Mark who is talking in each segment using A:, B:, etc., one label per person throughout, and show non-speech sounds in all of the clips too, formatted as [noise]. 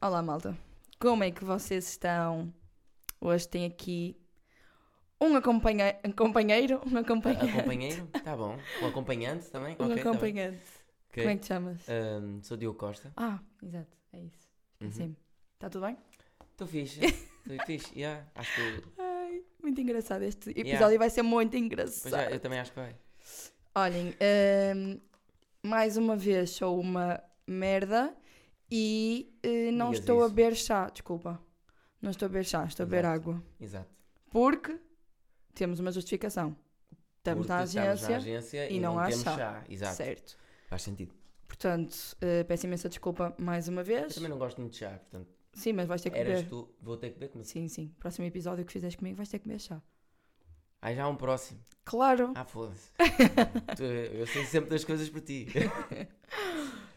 A: Olá, malta. Como é que vocês estão? Hoje tem aqui um acompanha- acompanheiro, um acompanhante,
B: Acompanheiro? Tá bom. Um acompanhante também?
A: [laughs] um
B: Ok, tá bem.
A: acompanhante.
B: Ok. Eh,
A: Como é que te chamas?
B: Ahm, sou Diogo Costa.
A: Ah, exato, é isso.
B: Estou
A: Sim. Está tudo bem?
B: fixe.
A: [laughs]
B: Estou fixe. Yeah. Acho que.
A: Ai, muito engraçado este episódio
B: Yeah.
A: vai ser muito
B: Pois
A: engraçado.
B: já, eu também acho que vai.
A: Olhem, hum, mais uma vez sou uma merda e eh, não
B: Digas
A: estou a
B: isso.
A: beber chá, desculpa. Não estou a beber chá, estou a beber
B: Exato.
A: água.
B: Exato.
A: Porque temos uma justificação. Estamos na
B: Porque Estamos na
A: agência,
B: agência
A: e não há
B: temos
A: chá.
B: chá. Exato.
A: certo.
B: Faz sentido.
A: Portanto, eh, peço imensa desculpa mais uma
B: Eu
A: vez.
B: também não gosto muito de chá, portanto,
A: Sim, mas vais ter que
B: eras
A: beber.
B: tu, vou ter que ver. Mas...
A: Sim, sim. Próximo episódio que fizeres comigo vais ter que beber chá.
B: Ah, já há um próximo.
A: Claro. [laughs]
B: Ah, foda-se. Tu- eu sei sempre das coisas por ti.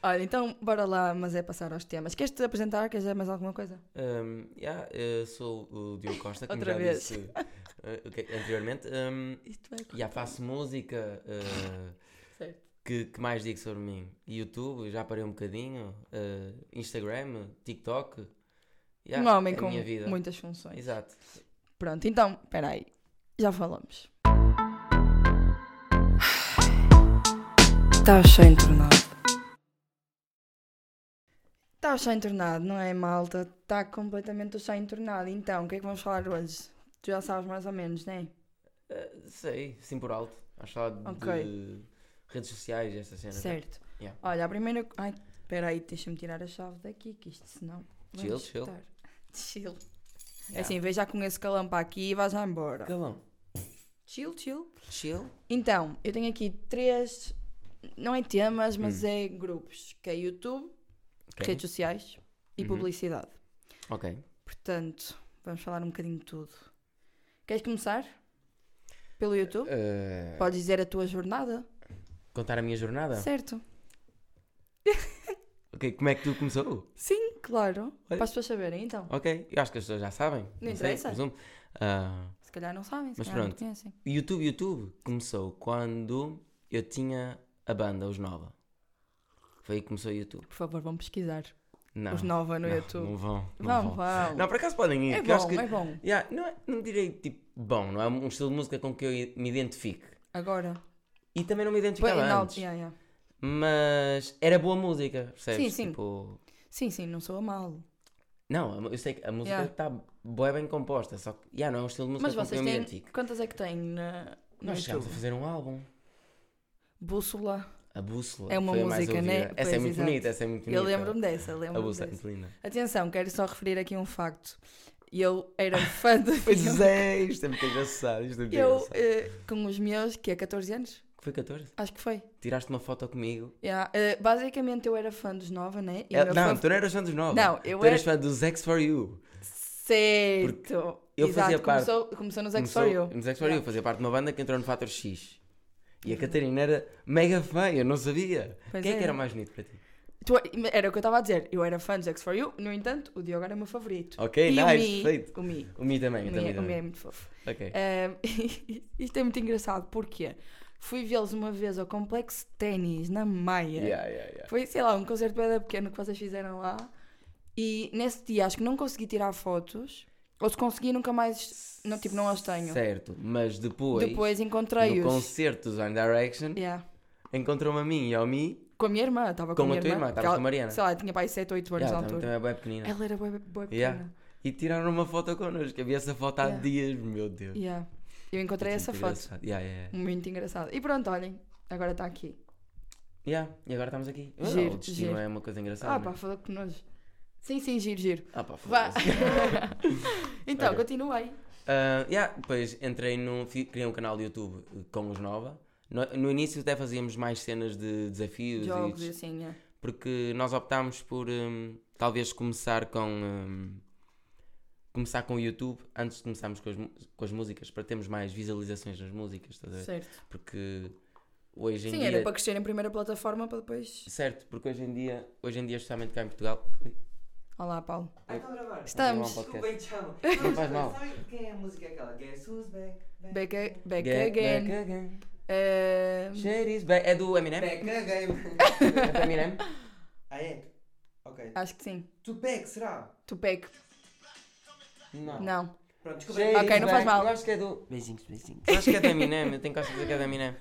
A: Olha, então bora lá, mas é passar aos temas. Queres-te apresentar? Queres dizer mais alguma coisa?
B: Ahm, yeah, eh, sou o Diogo Costa, como
A: Outra
B: já
A: vez.
B: disse eh, ok, anteriormente. Ahm,
A: Isto vai
B: Já faço música. eh,
A: Certo.
B: que, que mais digo sobre mim? YouTube, já parei um bocadinho. eh, Instagram, TikTok. já,
A: Um homem
B: é a
A: com
B: minha vida.
A: muitas funções.
B: Exato.
A: Pronto, então, espera aí. Já falamos. Estás só entornado. Estás Tá só entornado, não é, malta? Está completamente só entornado. Então, o que é que vamos falar hoje? Tu já sabes mais ou menos, não é?
B: Eh, sei, sim por alto. Acho falar de
A: Ok.
B: redes sociais, esta cena.
A: Certo.
B: Yeah.
A: Olha, a primeira... Ai, espera aí, deixa-me tirar a chave daqui, que isto senão... vai
B: Chill, chill.
A: espetar. Chill.
B: Yeah.
A: É assim, veja com esse calão para aqui e vais já embora.
B: Calão.
A: Chill, chill.
B: Chill.
A: Então, eu tenho aqui três, não é temas, mas é grupos, que é YouTube,
B: Hum. Ok.
A: redes sociais e
B: Uhum.
A: publicidade.
B: Ok.
A: Portanto, vamos falar um bocadinho de tudo. Queres começar? Pelo YouTube?
B: Eh, É.
A: Podes dizer a tua jornada?
B: Contar a minha jornada?
A: Certo.
B: Ok, como é que tudo começou?
A: Sim, claro.
B: Olha.
A: Para as pessoas saberem, então.
B: Ok, eu acho que as pessoas já sabem.
A: Não
B: sei,
A: interessa.
B: presumo. Ah,
A: Se calhar não sabem, se
B: Mas
A: calhar não
B: pronto.
A: conhecem.
B: YouTube, YouTube começou quando eu tinha a banda, os Nova. Foi aí que começou o YouTube.
A: Por favor, vão pesquisar
B: Não.
A: os Nova no
B: não,
A: YouTube.
B: Não vão. Não
A: vão,
B: vão.
A: vão.
B: Não, por acaso podem ir.
A: é
B: que eu acho
A: bom,
B: que.
A: é bom.
B: Yeah, não, é- não direi tipo bom, não é um estilo de música com que eu me identifique.
A: Agora.
B: E também não me
A: Põe
B: identificava
A: na-
B: antes.
A: yeah, yeah.
B: Mas era boa música, percebes?
A: Sim, sim.
B: Tipo.
A: Sim, sim, não sou a mal.
B: Não, a mu- eu sei que a música
A: Yeah.
B: está boa bem composta, só que yeah, não é um estilo de música
A: Mas
B: com que
A: vocês
B: eu me
A: têm.
B: identifico.
A: Quantas é que têm na, no
B: Nós chegámos
A: YouTube?
B: a fazer um álbum.
A: Bússola.
B: A Bússola.
A: É uma
B: foi a mais
A: música, né?
B: ouvida. Essa é
A: Pois,
B: muito
A: exato.
B: bonita, essa é muito bonita.
A: Eu lembro-me dessa, eu
B: A
A: lembro-me
B: Bússola é
A: dessa.
B: muito linda.
A: [laughs] Atenção, quero só referir aqui um facto. Eu era um fã de
B: [laughs] Pois
A: filme.
B: é, isto é muito engraçado. Isto é muito
A: Eu,
B: engraçado.
A: eh, com os meus, que é 14 anos,
B: Foi 14?
A: acho que foi.
B: Tiraste uma foto comigo.
A: Yeah, eh, basicamente eu era fã dos Nova, né? E o
B: Eh,
A: meu
B: não,
A: fã...
B: tu não eras fã dos novos.
A: Não, eu
B: Tu eras fã dos X for You.
A: Certo.
B: eu
A: Exato,
B: fazia parte-
A: começou, começou nos
B: Começou-
A: X-Story.
B: Nos X for You, fazia parte de uma banda que entrou no Fator X. E a Catarina era mega fã, eu não sabia.
A: Pois
B: Quem é que
A: era.
B: era mais bonito para ti?
A: Era o que eu estava a dizer. Eu era fã dos X4U, no entanto, o Diogo era o meu favorito.
B: Ok,
A: e o Mi-
B: nice, feito.
A: O Mi.
B: O Mi
A: O
B: também,
A: Mi, é-
B: eu também.
A: o Mi é
B: também.
A: muito fofo.
B: Ok.
A: Ahm, [laughs] isto é muito engraçado, porque fui vê-los uma vez ao Complexo Ténis, na Maia.
B: Yeah, yeah, yeah.
A: Foi, sei lá, um concerto bem pequeno que vocês fizeram lá. E nesse dia acho que não consegui tirar fotos. Ou se consegui, nunca mais. Não, tipo, não as tenho.
B: Certo, mas depois,
A: Depois
B: no
A: encontrei-os.
B: concerto do One Direction,
A: Yeah.
B: encontrou-me a mim e ao Mi.
A: Com a minha irmã, estava com,
B: Com
A: a minha
B: a tua irmã,
A: irmã.
B: estavas
A: que
B: com a Mariana.
A: Sei lá, tinha pai 7 ou 8 anos
B: Yeah,
A: na
B: também,
A: altura.
B: também é bem pequenina.
A: Ela era boa, boa pequena.
B: Yeah. E tiraram uma foto connosco. Havia essa foto há
A: Yeah.
B: dias, meu Deus.
A: Yeah. Eu encontrei
B: Muito
A: essa foto.
B: engraçado. Yeah, yeah, yeah.
A: Muito engraçado. E pronto, olhem, agora está aqui.
B: Yeah, E agora estamos aqui. Ah,
A: Giro,
B: o destino
A: giro.
B: é uma coisa engraçada.
A: Ah, pá,
B: né?
A: foda que nojo. Sim, sim, giro, giro.
B: Ah, pá,
A: Vá.
B: foda-se.
A: [laughs] então,
B: Ok.
A: continuei.
B: Ah, yeah, depois entrei no. fi- Criei um canal de YouTube eh, com os Nova. No, no início até fazíamos mais cenas de desafios.
A: Jogos
B: e,
A: e assim, yeah.
B: porque nós optámos por hum, talvez começar com. hum, começar com o YouTube antes de começarmos com as, mu- com as músicas para termos mais visualizações nas músicas, estás a ver?
A: certo.
B: Porque hoje em
A: Sim,
B: dia.
A: era para crescer em primeira plataforma para depois.
B: Certo, porque hoje em dia, hoje em dia, especialmente cá em Portugal. Ui,
A: Olá, Paulo.
C: Ah, então gravar.
A: Estamos.
B: Vamos lá um podcast.
C: Desculpem, tchau. Não, mas
B: faz mal.
C: Sabe quem é a música aquela? Guess who's back?
A: Back, a- back
B: Get
A: É again.
B: back again.
A: Eh,
C: [laughs]
B: Shit is back. É do Eminem?
C: Back again.
B: É do Eminem?
C: Ah, é? Ok.
A: Acho que sim.
C: Tupac, será?
A: Tupac.
B: Não.
A: Não.
C: Pronto, desculpa.
B: Shade
A: Ok, não
B: is
A: faz
B: back.
A: mal.
B: Eu acho que é do.
C: Beijinhos, beijinhos.
B: Eu acho que é da Eminem, eu tenho que achar que é da Eminem.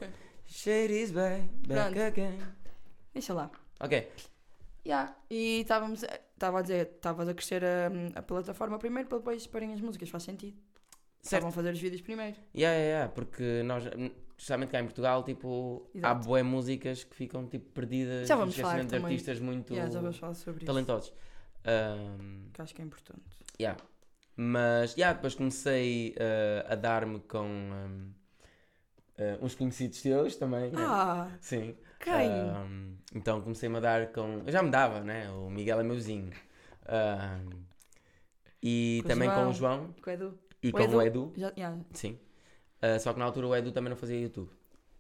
B: Shade is back, back
A: Pronto.
B: again.
A: Deixa lá.
B: Ok,
A: Yeah. E estávamos. Estava a dizer, estavas a crescer a, a plataforma primeiro para depois porem as músicas, faz sentido.
B: certo.
A: Estavam a fazer os vídeos primeiro.
B: Yeah, yeah, yeah, porque nós, hum, especialmente cá em Portugal, tipo, há
A: Exato.
B: boé músicas que ficam tipo perdidas.
A: Já vamos
B: nos
A: falar
B: esquecimentos de
A: também.
B: artistas muito
A: Yeah, já vamos falar sobre isso.
B: talentosos. Ahm,
A: Que acho que é importante.
B: yeah. Mas, yeah, depois comecei ah, a dar-me com ahm, ah, uns conhecidos teus também. né?
A: Ah,
B: Sim.
A: quem?
B: Ahm, então comecei-me a dar com. Eu já me dava, né? O Miguel é meu vizinho. Ahm, e
A: Com o
B: também com
A: João.
B: o João
A: Com o Edu.
B: e
A: O
B: com o Edu.
A: Já, yeah.
B: Sim. Ah, só que na altura o Edu também não fazia YouTube.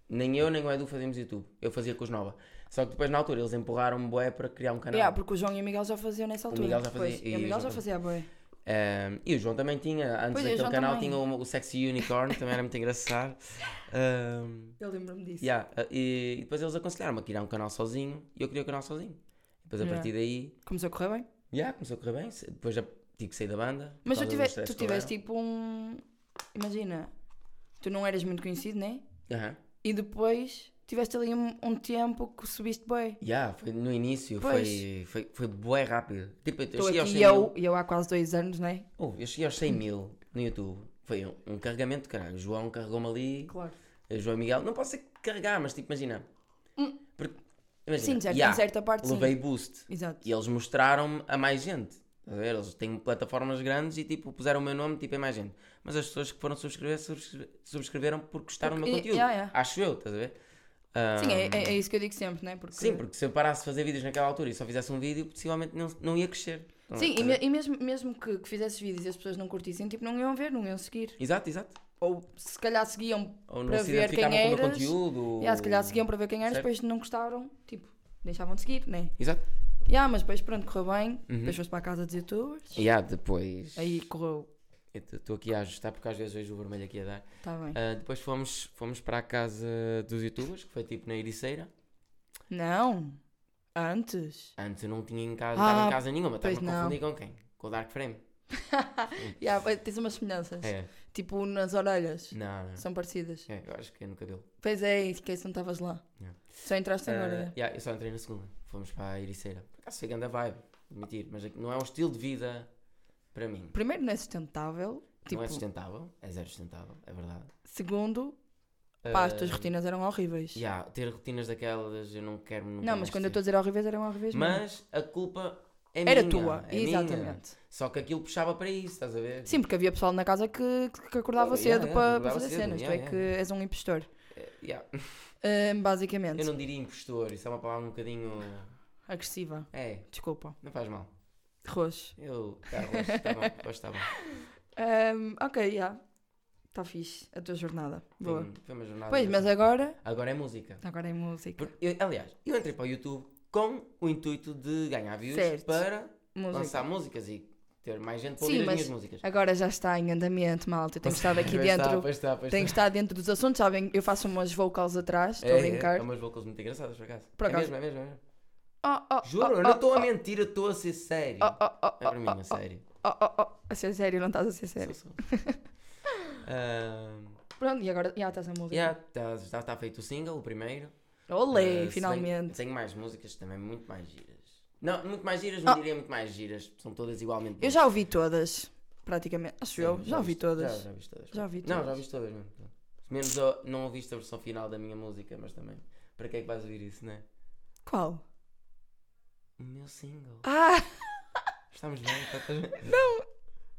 B: Nem eu nem o Edu fazíamos YouTube. Eu fazia com os Nova. Só que depois na altura eles empurraram-me bué para criar um canal.
A: Yeah, porque o João e o Miguel já faziam nessa altura.
B: Miguel já fazia-
A: Pois, E
B: e
A: o
B: o
A: Miguel já
B: João
A: fazia a boia.
B: Ahm, Ah, e o João também tinha, antes
A: Pois é, o
B: daquele
A: João
B: canal,
A: também.
B: tinha o, o Sexy Unicorn, também era muito engraçado.
A: [laughs]
B: Ahm,
A: Eu lembro-me disso.
B: yeah, ah, e, e depois eles aconselharam-me a criar um canal sozinho e eu criei o canal sozinho. Depois a
A: Yeah.
B: partir daí
A: Começou a correr bem.
B: Yeah, começou a correr bem, se- depois já tive que sair da banda. por
A: Mas tu,
B: causa do
A: tive-
B: stress
A: tu
B: que eu era.
A: tiveste tipo um. Imagina, tu não eras muito conhecido, né?
B: Aham.
A: E depois tiveste ali um, um tempo que subiste bem.
B: Yeah, foi no início, foi,
A: Pois.
B: foi, foi bué rápido. Tipo, eu,
A: Estou
B: cheguei
A: aqui é
B: aos
A: e
B: 100 mil,
A: eu, e eu há quase dois anos, né?
B: Oh, eu cheguei aos 100 mil no YouTube. Foi um, um carregamento de caralho. O João carregou-me ali,
A: Claro.
B: o João Miguel. Não posso dizer que carregar, mas tipo, imagina. Porque, imagina,
A: Hum. Sim, de certa,
B: yeah,
A: em certa parte sim.
B: levei boost.
A: Exato.
B: E eles mostraram-me a mais gente. Estás a ver? Eles têm plataformas grandes e tipo, puseram o meu nome tipo, é mais gente. Mas as pessoas que foram subscrever, subscre- subscreveram porque gostaram do meu
A: Porque-
B: conteúdo.
A: yeah, yeah.
B: Acho eu, estás a ver? Ah,
A: Sim, é, é- é isso que eu digo sempre, né? Porque...
B: sim, porque se eu parasse de fazer vídeos naquela altura e só fizesse um vídeo, possivelmente não, não ia crescer. Estão a ver?
A: Sim, e,
B: Estás a
A: me-
B: ver?
A: e mesmo, mesmo que, que fizesses vídeos e as pessoas não curtissem, tipo, não iam ver, não iam seguir.
B: Exato, exato.
A: Ou se calhar seguiam,
B: Ou não
A: Para
B: se
A: ver
B: identificavam
A: quem
B: com o meu
A: eras,
B: conteúdo.
A: yeah, se calhar um seguiam para ver quem eras,
B: Certo.
A: depois não gostaram, tipo, deixavam de seguir, né?
B: Exato.
A: Yeah, mas depois pronto, correu bem,
B: Uhum.
A: depois foste para a casa dos youtubers,
B: Yeah, depois.
A: aí correu,
B: Eu Estou aqui a ajustar porque às vezes vejo o vermelho aqui a dar.
A: está tá bem.
B: Ah, depois fomos, fomos para a casa dos youtubers, que foi tipo na Ericeira.
A: Não, antes.
B: Antes eu não tinha em casa, não estava
A: Ah,
B: em casa nenhuma, estava a
A: pois não.
B: confundir com quem? Com o Dark Frame.
A: Yeah, bem, eh, tens umas semelhanças,
B: É,
A: tipo nas orelhas,
B: não, não.
A: são parecidas.
B: É, eu acho que é no cabelo.
A: Pois é, esquece, não estavas lá.
B: Yeah.
A: Só entraste
B: Ah,
A: agora. é.
B: yeah, eu só entrei na segunda. Fomos para a Ericeira. Por acaso foi grande a vibe, admitir, mas é que não é um estilo de vida para mim.
A: Primeiro, não é sustentável. Tipo,
B: Não é sustentável, é zero sustentável, é verdade.
A: segundo, pá, as tuas
B: Ah,
A: rotinas eram horríveis.
B: yeah, ter rotinas daquelas eu não quero nunca
A: Não,
B: mais
A: mas quando eu estou
B: ter.
A: a dizer horríveis, eram horríveis mesmo.
B: Mas a culpa é minha.
A: Era tua,
B: é minha.
A: exatamente.
B: Só que aquilo puxava para isso, estás a ver?
A: Sim, porque havia pessoal na casa que, que acordava
B: Oh, yeah,
A: cedo
B: yeah,
A: para
B: acordava
A: fazer
B: cedo,
A: cenas,
B: yeah,
A: tu é
B: yeah,
A: que és um impostor.
B: Eh, yeah.
A: Ah, basicamente,
B: Eu não diria impostor, isso é uma palavra um bocadinho.
A: agressiva.
B: É,
A: Desculpa.
B: não faz mal.
A: Roxo.
B: Eu. Tá, hoje está
A: [laughs]
B: bom, hoje está bom.
A: Ahm, ok, já. Está fixe a tua jornada. Boa.
B: Foi, foi uma jornada.
A: Pois, mas
B: engraçada.
A: agora.
B: Agora é música.
A: Agora é música.
B: Por- eu- aliás, eu entrei para o YouTube com o intuito de ganhar views
A: Certo.
B: para
A: Música.
B: lançar músicas e ter mais gente
A: Sim,
B: para ouvir as
A: mas
B: minhas músicas.
A: Agora já está em andamento, malta. Eu tenho que estar
B: [laughs]
A: aqui
B: Pois está,
A: dentro.
B: pois está, pois
A: Tenho que
B: está.
A: estar dentro dos assuntos, sabem? Eu faço umas vocals atrás, estou a
B: É,
A: brincar.
B: É, é umas vocals muito engraçadas, por acaso.
A: Por acaso.
B: É mesmo, é mesmo. É mesmo.
A: Oh, oh,
B: Juro,
A: oh,
B: eu não
A: oh,
B: estou
A: oh,
B: a mentir, eu estou a ser sério.
A: Oh, oh, oh,
B: é para mim,
A: oh,
B: a sério.
A: oh, oh, oh, A ser sério, não estás a ser sério. [laughs]
B: Sou, sou. Ahm,
A: Pronto, e agora já estás a música.
B: yeah, tá- já está feito o single, o primeiro. Ah,
A: Olê,
B: se Tenho,
A: finalmente.
B: tenho mais músicas também, muito mais giras. Não, muito mais giras,
A: Ah.
B: não diria muito mais giras, são todas igualmente.
A: Eu
B: boas.
A: já ouvi todas, praticamente. Acho eu,
B: Sim,
A: já ouvi
B: viste-
A: todas.
B: Já, já ouvi todas.
A: Já ouvi
B: Não,
A: todas.
B: já ouvi todas mesmo. Menos eu, não ouviste a versão final da minha música, mas também. Para que é que vais ouvir isso, né?
A: Qual?
B: O meu single.
A: Ah!
B: Estamos bem, tá- estás bem?
A: [laughs]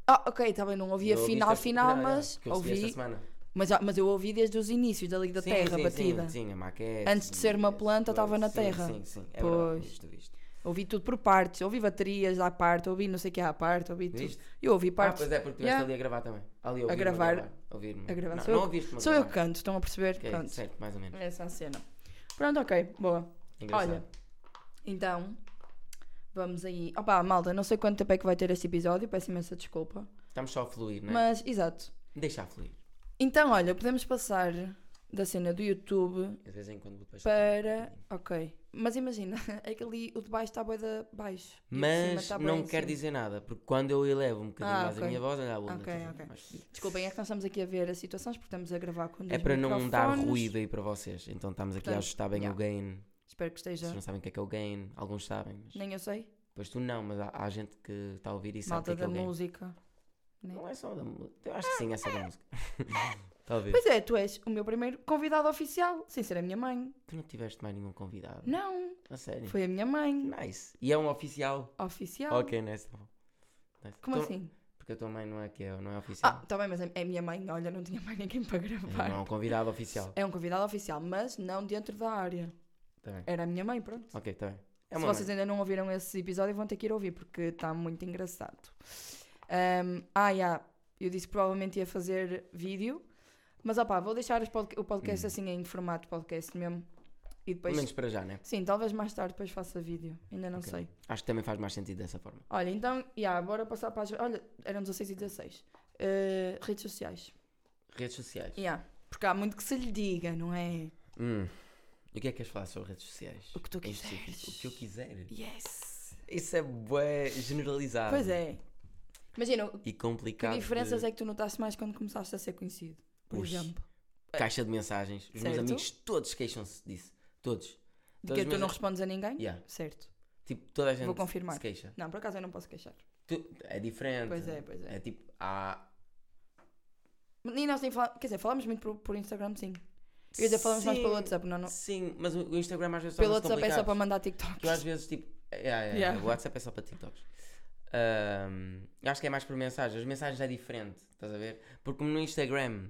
A: Ah, ok, está bem, não ouvi a
B: Não ouviste
A: final,
B: esta-
A: final,
B: não, não,
A: mas
B: que eu recebi
A: ouvi.
B: Esta semana.
A: Mas, já- mas eu ouvi desde os inícios da Liga da
B: Sim,
A: Terra
B: sim,
A: batida.
B: Sim, sim, a maquete.
A: Antes de ser uma
B: e essas
A: planta, tava
B: coisas.
A: na
B: Sim,
A: terra.
B: Sim, sim. É
A: Pois.
B: verdade, viste, viste.
A: Ouvi tudo por partes. Ouvi baterias à parte, ouvi não sei o que à parte, ouvi tudo.
B: Viste?
A: Eu ouvi
B: Ah,
A: partes.
B: pois é, porque estiveste
A: Yeah.
B: ali a gravar também. Ali a, ouvir-me,
A: gravar.
B: Ouvir-me.
A: A gravar.
B: Não,
A: Sou
B: não é
A: eu-
B: ouviste-me a
A: Sou eu que
B: gravar.
A: canto, estão a perceber?
B: Ok,
A: Pronto,
B: Certo, mais ou menos.
A: essa é a cena. Pronto, ok, boa.
B: Engraçado.
A: Olha. Então, vamos aí. Opa, malta, não sei quanto tempo é que vai ter este episódio, peço imensa desculpa.
B: Estamos só a fluir, não é?
A: Mas, exato.
B: Deixa fluir.
A: Então, olha, podemos passar da cena do YouTube
B: Eu De vez em quando vou depois.
A: para. Ok. Mas imagina, [laughs] é que ali o de baixo está bué de baixo. e o de cima
B: Mas
A: tá bué
B: não
A: em
B: quer
A: cima.
B: dizer nada, porque quando eu elevo um bocadinho
A: Ah,
B: mais
A: ok.
B: a minha voz, olha a bunda.
A: Ok,
B: estás a ver?
A: ok.
B: Mas
A: Desculpem, é que nós estamos aqui a ver as situações porque estamos a gravar com
B: É
A: dois
B: para não dar
A: microfones.
B: ruído aí para vocês. Então estamos aqui a
A: Portanto,
B: ajustar bem o
A: yeah.
B: gain.
A: Espero que
B: Vocês
A: esteja.
B: não sabem o que é que é o gain, alguns sabem. Mas...
A: Nem eu sei.
B: Pois tu não, mas há, há gente que está a ouvir e sabe o que
A: Malta
B: é que é
A: da
B: o gain.
A: música. né?
B: Não é só da música. Eu acho que sim, é só da música. [laughs] Talvez.
A: Pois é, tu és o meu primeiro convidado oficial, sem ser a minha mãe.
B: Tu não tiveste mais nenhum convidado.
A: Não,
B: A sério.
A: foi a minha mãe.
B: Nice. E é um oficial.
A: Oficial.
B: Ok, nice. tá bom. Nice. Então,
A: Como
B: Tu-
A: assim?
B: Porque a tua mãe não é que é, não é oficial.
A: Ah, está bem, mas é é a minha mãe. Olha, não tinha mais ninguém para gravar.
B: não é um convidado oficial.
A: É um convidado oficial, mas não dentro da área.
B: Tá bem.
A: Era a minha mãe, pronto.
B: Ok, está bem. É
A: É. Se
B: uma
A: vocês
B: mãe.
A: ainda não ouviram esse episódio, vão ter que ir ouvir porque está muito engraçado. Ahm, ah, yeah, eu disse que provavelmente ia fazer vídeo, mas opá, vou deixar os podca- o podcast
B: Hum.
A: assim em formato podcast mesmo. E
B: Pelo
A: depois.
B: menos para já, né?
A: Sim, talvez mais tarde depois faça vídeo. Ainda não
B: Ok.
A: sei.
B: Acho que também faz mais sentido dessa forma.
A: Olha, então, yeah, bora passar para as. Olha, eram 16 e 16. Eh, redes sociais.
B: Redes sociais.
A: Yeah, porque há muito que se lhe diga, não é?
B: Hum. E o que é que queres falar sobre redes sociais?
A: O que tu
B: Em específico?
A: quiseres.
B: O que eu quiser.
A: Yes!
B: Isso é bué generalizado.
A: Pois é. Imagina,
B: E
A: que
B: complicado.
A: diferenças
B: Ah. de-
A: é que tu notaste mais quando começaste a ser conhecido? Por
B: Ui.
A: exemplo.
B: Caixa de mensagens. Os meus
A: é- Certo.
B: amigos todos queixam-se disso. Todos.
A: De
B: Todos
A: que
B: os
A: tu
B: meus-
A: não respondes a ninguém?
B: Yeah.
A: Certo.
B: Tipo, toda a gente
A: confirmar.
B: se queixa.
A: Não, por acaso eu não posso queixar.
B: Tu- É diferente.
A: Pois é, pois é.
B: É tipo, há.
A: E nós nem falamos, quer dizer, falamos muito por, por Instagram, sim. Quer dizer, falamos mais pelo
B: Sim,
A: WhatsApp, não, não.
B: Sim, mas o o Instagram às vezes
A: Pelo
B: torna-se
A: WhatsApp é só
B: complicado.
A: para mandar TikTok.
B: Que eu às vezes tipo. é, é, é,
A: Yeah.
B: O WhatsApp é só para TikToks. Ahm, eu acho que é mais por mensagens. As mensagens é diferente, estás a ver? Porque no Instagram,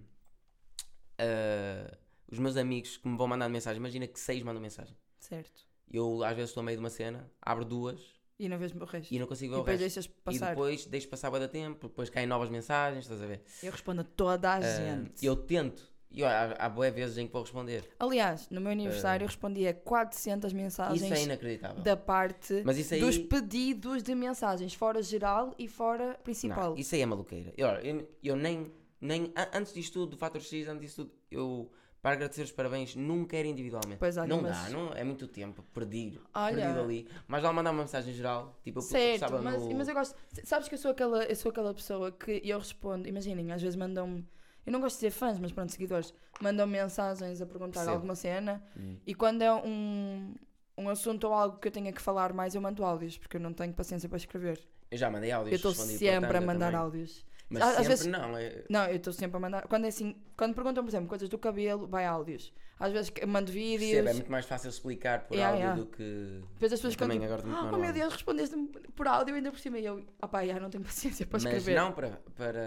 B: ah, os meus amigos que me vão mandar mensagem, imagina que seis mandam mensagem.
A: Certo.
B: Eu às vezes estou a meio de uma cena, abro duas
A: E não vês o resto.
B: e não consigo ver
A: E
B: o
A: depois
B: resto.
A: deixas
B: E
A: passar.
B: depois deixo passar bué de tempo, depois caem novas mensagens, estás a ver?
A: Eu respondo a toda a
B: Ah,
A: gente.
B: eu tento. E ó, há, há boé vezes em que vou responder.
A: Aliás, no meu aniversário eu respondi a 400
B: Ah. Isso é
A: mensagens
B: inacreditável.
A: da parte
B: Mas isso aí.
A: dos pedidos de mensagens, fora geral e fora principal.
B: Não, isso aí é maluqueira. Eu, eu, eu nem, nem. a- Antes disto tudo, do Fator X, antes disto tudo, eu. Para agradecer os parabéns, nunca era individualmente.
A: Pois olha,
B: não
A: mas-
B: dá, não, é muito tempo perdido.
A: Olha.
B: Perdido ali. Mas lá mandar uma mensagem geral, tipo, eu
A: Certo,
B: postava
A: mas,
B: no...
A: mas eu gosto. Sabes que eu sou aquela, eu sou aquela pessoa que eu respondo, imaginem, às vezes mandam-me. Eu não gosto de ser fãs, mas pronto, seguidores mandam mensagens a perguntar
B: Percebo.
A: alguma cena
B: Hum.
A: e quando é um, um assunto ou algo que eu tenha que falar mais, eu mando áudios, porque eu não tenho paciência para escrever.
B: Eu já mandei áudios.
A: eu estou
B: respondi por
A: sempre a
B: tanga
A: mandar
B: também.
A: áudios.
B: Mas
A: Às- às
B: sempre
A: vezes-
B: não. É...
A: Não, eu estou sempre a mandar. Quando é assim, quando perguntam, por exemplo, coisas do cabelo, vai áudios. Às vezes que- mando vídeos.
B: Percebo, é muito mais fácil explicar por
A: Yeah,
B: áudio
A: yeah.
B: do que.
A: Depois as pessoas
B: Eu
A: ficam
B: também é
A: tipo,
B: agora tenho que
A: oh
B: mandar um
A: meu
B: áudio."
A: Deus, respondeste-me por áudio ainda por cima. E eu, opá, já não tenho [laughs] paciência para
B: Mas
A: escrever.
B: não para. para...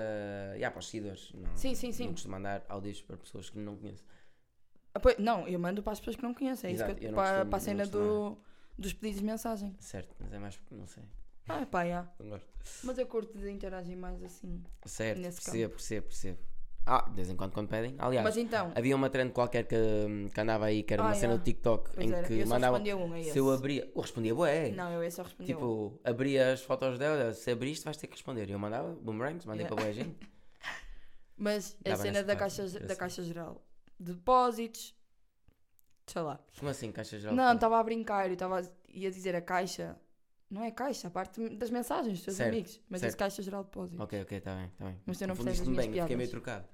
B: Yeah, para os seguidores. Não,
A: Sim, sim, sim.
B: Não costumo mandar áudios para pessoas que não conheço.
A: Ah, pois, não, eu mando para as pessoas que não conhecem. É isso
B: Exato,
A: que eu,
B: eu não
A: para,
B: costumo-
A: para a
B: não é?
A: cena
B: costumo
A: do, dos pedidos de mensagem.
B: Certo, mas é mais porque não sei.
A: Ah, pá, já.
B: Não gosto.
A: Mas eu curto de interagir mais assim.
B: Certo,
A: Nesse campo.
B: percebo, percebo, percebo. Ah, de vez em quando quando pedem. Aliás,
A: Mas então,
B: havia uma trend qualquer que, que andava aí, que era uma
A: Ah,
B: cena
A: yeah.
B: do TikTok,
A: pois
B: em
A: era,
B: que
A: eu só
B: mandava.
A: respondi a um, é esse.
B: Se eu abria. Eu respondia, bué.
A: Não, eu esse só respondi a um.
B: Tipo, abria as fotos dela, se abriste vais ter que responder. Eu mandava boomerangs, mandei
A: Yeah.
B: para
A: [laughs]
B: boa gente.
A: Mas a
B: dava
A: cena
B: nesse
A: da
B: caso,
A: caixa, da
B: engraçado.
A: caixa geral. Depósitos. Sei lá.
B: Como assim, caixa geral?
A: Não, tá estava a brincar. Eu estava ia dizer a caixa. Não é caixa, a parte das mensagens dos teus
B: Certo,
A: amigos. Mas
B: certo.
A: esse caixa geral de depósitos.
B: Ok, ok, está bem, está bem.
A: Mas tu não percebes as
B: Confundiste-me
A: minhas
B: bem, eu fiquei
A: piadas.
B: meio trocado.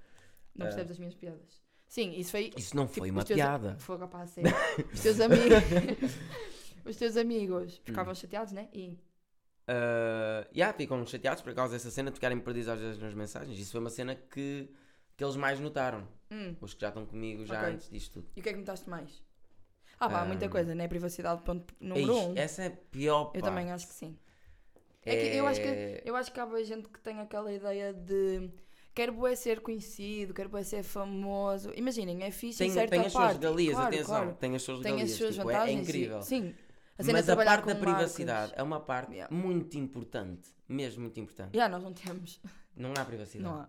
A: Não
B: Ah.
A: percebes as minhas piadas. Sim, isso foi
B: Isso não
A: Tipo,
B: foi
A: os
B: uma
A: teus-
B: piada.
A: Fogo a pá, a sério. Os
B: [laughs]
A: teus amigos. [laughs] Os teus amigos ficavam
B: Hum.
A: chateados, né? E.
B: Uh, yeah, ficam chateados por causa dessa cena de ficarem perdidos às vezes nas mensagens. Isso foi uma cena que, que eles mais notaram.
A: hum,
B: Os que já estão comigo já
A: Ok.
B: antes disto tudo.
A: E o que é que notaste mais? Ah, pá, há muita
B: Ahm.
A: coisa, né? Privacidade, ponto número
B: Ei,
A: um.
B: Essa Hum. é pior.
A: Eu
B: pá.
A: também acho que sim. É que eu acho que, eu acho que há boa gente que tem aquela ideia de. Quero bué ser conhecido, quero bué ser famoso. Imaginem, é fixe
B: tem,
A: em certa
B: tem as suas
A: parte.
B: regalias,
A: claro,
B: atenção.
A: claro.
B: Tem as suas
A: Tem as
B: regalias.
A: suas
B: tipo, é-
A: vantagens.
B: É
A: e-
B: incrível.
A: Sim. A cena
B: Mas
A: de
B: a
A: trabalhar
B: parte da
A: com
B: privacidade
A: marcas.
B: é uma parte
A: Yeah.
B: muito importante. Mesmo muito importante.
A: Já, nós não temos.
B: Não há privacidade.
A: Não há.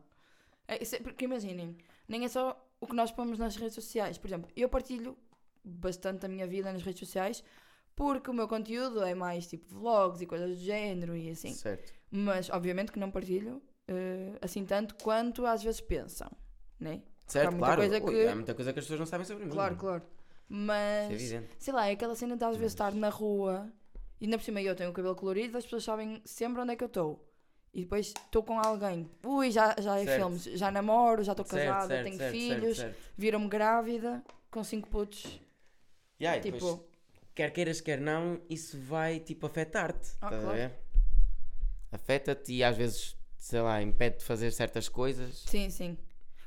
A: É, isso é- porque imaginem, nem é só o que nós pomos nas redes sociais. Por exemplo, eu partilho bastante a minha vida nas redes sociais porque o meu conteúdo é mais tipo vlogs e coisas do género e assim.
B: Certo.
A: Mas obviamente que não partilho eh, assim tanto quanto às vezes pensam, né?
B: Certo,
A: muita
B: claro.
A: coisa
B: Ui,
A: que-
B: há muita coisa que as pessoas não sabem sobre mim.
A: Claro, claro.
B: Uhum. Isso é
A: Mas
B: evidente.
A: sei lá, é aquela cena de às vezes
B: Mas-
A: estar na rua e ainda por cima eu tenho o cabelo colorido, as pessoas sabem sempre onde é que eu estou. E depois estou com alguém. Ui, já, já é
B: Certo.
A: filmes. Já namoro, já estou
B: Certo,
A: casada,
B: certo,
A: tenho
B: certo,
A: filhos,
B: Certo, certo.
A: viram-me grávida com cinco putos.
B: Yeah, e
A: tipo,
B: depois, quer queiras, quer não, isso vai tipo afetar-te.
A: Ah,
B: estás a
A: claro.
B: ver? Afeta-te e às vezes, sei lá, impede de fazer certas coisas.
A: sim, sim.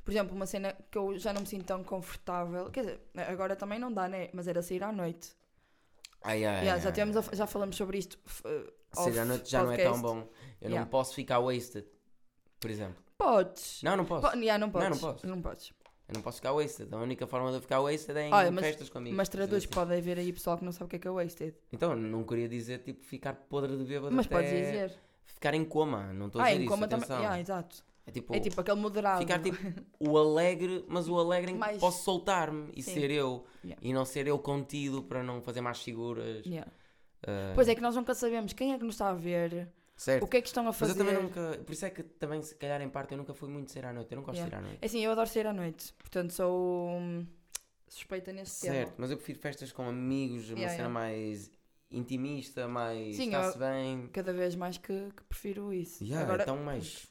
A: Por exemplo, uma cena que eu já não me sinto tão confortável. Quer dizer, agora também não dá, né? Mas era sair à noite.
B: Ai, ai,
A: Yeah,
B: ai,
A: já,
B: ai,
A: tivemos a-
B: ai.
A: já falamos sobre isto. f- eh,
B: É, Sair à
A: off
B: noite já não é tão
A: podcast.
B: bom. Eu não
A: Yeah.
B: posso ficar wasted, por exemplo.
A: Podes.
B: Não, não posso.
A: Po- yeah, não podes.
B: não posso.
A: podes.
B: Eu não posso ficar wasted. A única forma de eu ficar wasted é em
A: Olha, mas-
B: festas comigo.
A: Mas traduz,
B: assim.
A: pode haver aí pessoal que não sabe o que é que é wasted.
B: Então, não queria dizer tipo ficar podre de bêbado.
A: Mas
B: até
A: podes dizer.
B: Ficar em coma. Não estou a
A: Ah,
B: dizer
A: em
B: isso.
A: coma também.
B: atenção.
A: Yeah, exato.
B: É tipo,
A: É tipo aquele moderado.
B: ficar tipo o alegre, mas o alegre em que
A: Mais-
B: posso soltar-me e
A: Sim.
B: ser eu.
A: Yeah.
B: E não ser eu contido para não fazer mais figuras.
A: Yeah.
B: Ah,
A: Pois é que nós nunca sabemos quem é que nos está a ver,
B: Certo.
A: o que é que estão a
B: Mas eu
A: fazer.
B: também nunca. Por isso é que também, se calhar, em parte, eu nunca fui muito ser à noite. Eu não gosto
A: Yeah.
B: de ser à noite.
A: É assim, eu adoro sair à noite, portanto sou hum, suspeita nesse
B: Certo,
A: tema.
B: mas eu prefiro festas com amigos, uma
A: Yeah, yeah.
B: cena mais intimista, mais
A: Sim,
B: está-se bem.
A: Cada vez mais que, que prefiro isso.
B: Yeah,
A: agora,
B: então mais.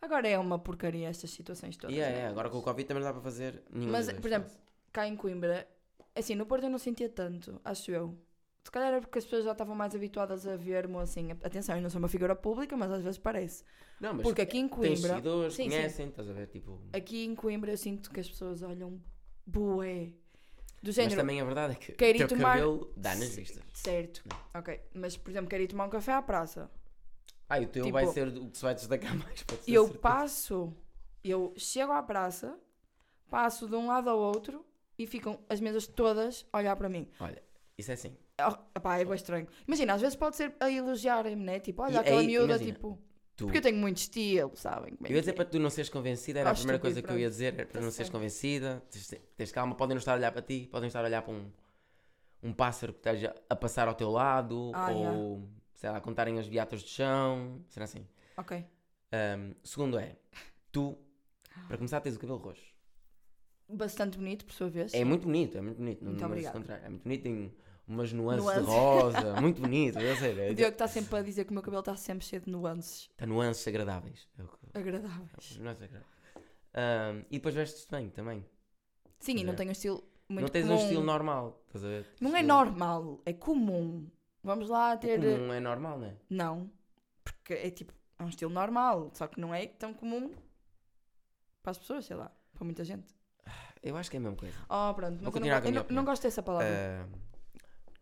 A: agora é uma porcaria estas situações todas.
B: Yeah,
A: né?
B: yeah, agora com o Covid também não dá para fazer nenhuma
A: Mas,
B: das duas,
A: por exemplo,
B: quase.
A: cá em Coimbra, assim, no Porto eu não sentia tanto, acho eu. Se calhar era porque as pessoas já estavam mais habituadas a ver-me ou assim. Atenção, eu não sou uma figura pública, mas às vezes parece.
B: não, mas
A: Porque aqui em
B: tens
A: Coimbra.
B: seguidores,
A: Sim, sim.
B: conhecem, estás a ver? Tipo,
A: aqui em Coimbra eu sinto que as pessoas olham bué. Do
B: mas
A: género,
B: também a verdade é que o
A: Quero ir
B: teu
A: tomar-
B: cabelo dá nas
A: Sim.
B: vistas.
A: certo. Ok, mas por exemplo, quero ir tomar um café à praça.
B: Ah, e o teu vai
A: Tipo,
B: ser o que se vai destacar [laughs] mais. pode ser
A: E eu
B: certeza.
A: passo, eu chego à praça, passo de um lado ao outro e ficam as mesas todas a olhar para mim.
B: Olha, isso é assim.
A: Oh, epá, é bem estranho. Imagina, às vezes pode ser a elogiarem-me, né? Tipo, olha
B: E
A: aquela
B: aí,
A: miúda,
B: imagina,
A: tipo.
B: Tu,
A: Porque eu tenho muito estilo, sabem? como é
B: Eu ia
A: que
B: dizer para tu não seres convencida, era
A: Ah,
B: a primeira
A: estúpido,
B: coisa que eu ia dizer, era
A: Tá
B: para não seres
A: certo.
B: convencida, tens, tens calma, podem não estar a olhar para ti, podem estar a olhar para um, um pássaro que esteja a passar ao teu lado,
A: Ah,
B: ou sei lá, a contarem as beatas do chão, será assim.
A: é? Ok.
B: Ahm, segundo é, tu, para começar, tens o cabelo roxo.
A: Bastante bonito, por sua vez.
B: É muito bonito, é muito bonito, não
A: Muito
B: não é isso
A: obrigada.
B: contrário, é muito bonito, tem umas nuances de
A: Nuances.
B: rosa, muito bonito, eu sei,
A: O [laughs]
B: é-
A: Diogo está sempre a dizer que o meu cabelo está sempre cheio de nuances
B: tem nuances agradáveis. é o que-
A: agradáveis.
B: Não é sagrado. Ahm, e depois vestes-te bem também.
A: Sim, e
B: Pois
A: não
B: é.
A: tenho um estilo muito
B: não tens
A: comum.
B: um estilo normal. Estás a ver?
A: Não é
B: Estilo-
A: normal, é comum. Vamos lá ter. eh,
B: Comum é normal, não é?
A: Não, porque é tipo, é um estilo normal, só que não é tão comum para as pessoas, sei lá, para muita gente.
B: Eu acho que é a mesma coisa.
A: Oh, pronto,
B: Vou
A: nunca-
B: continuar
A: não,
B: com a
A: eu não,
B: minha
A: não
B: opinião.
A: gosto dessa palavra.
B: Ah,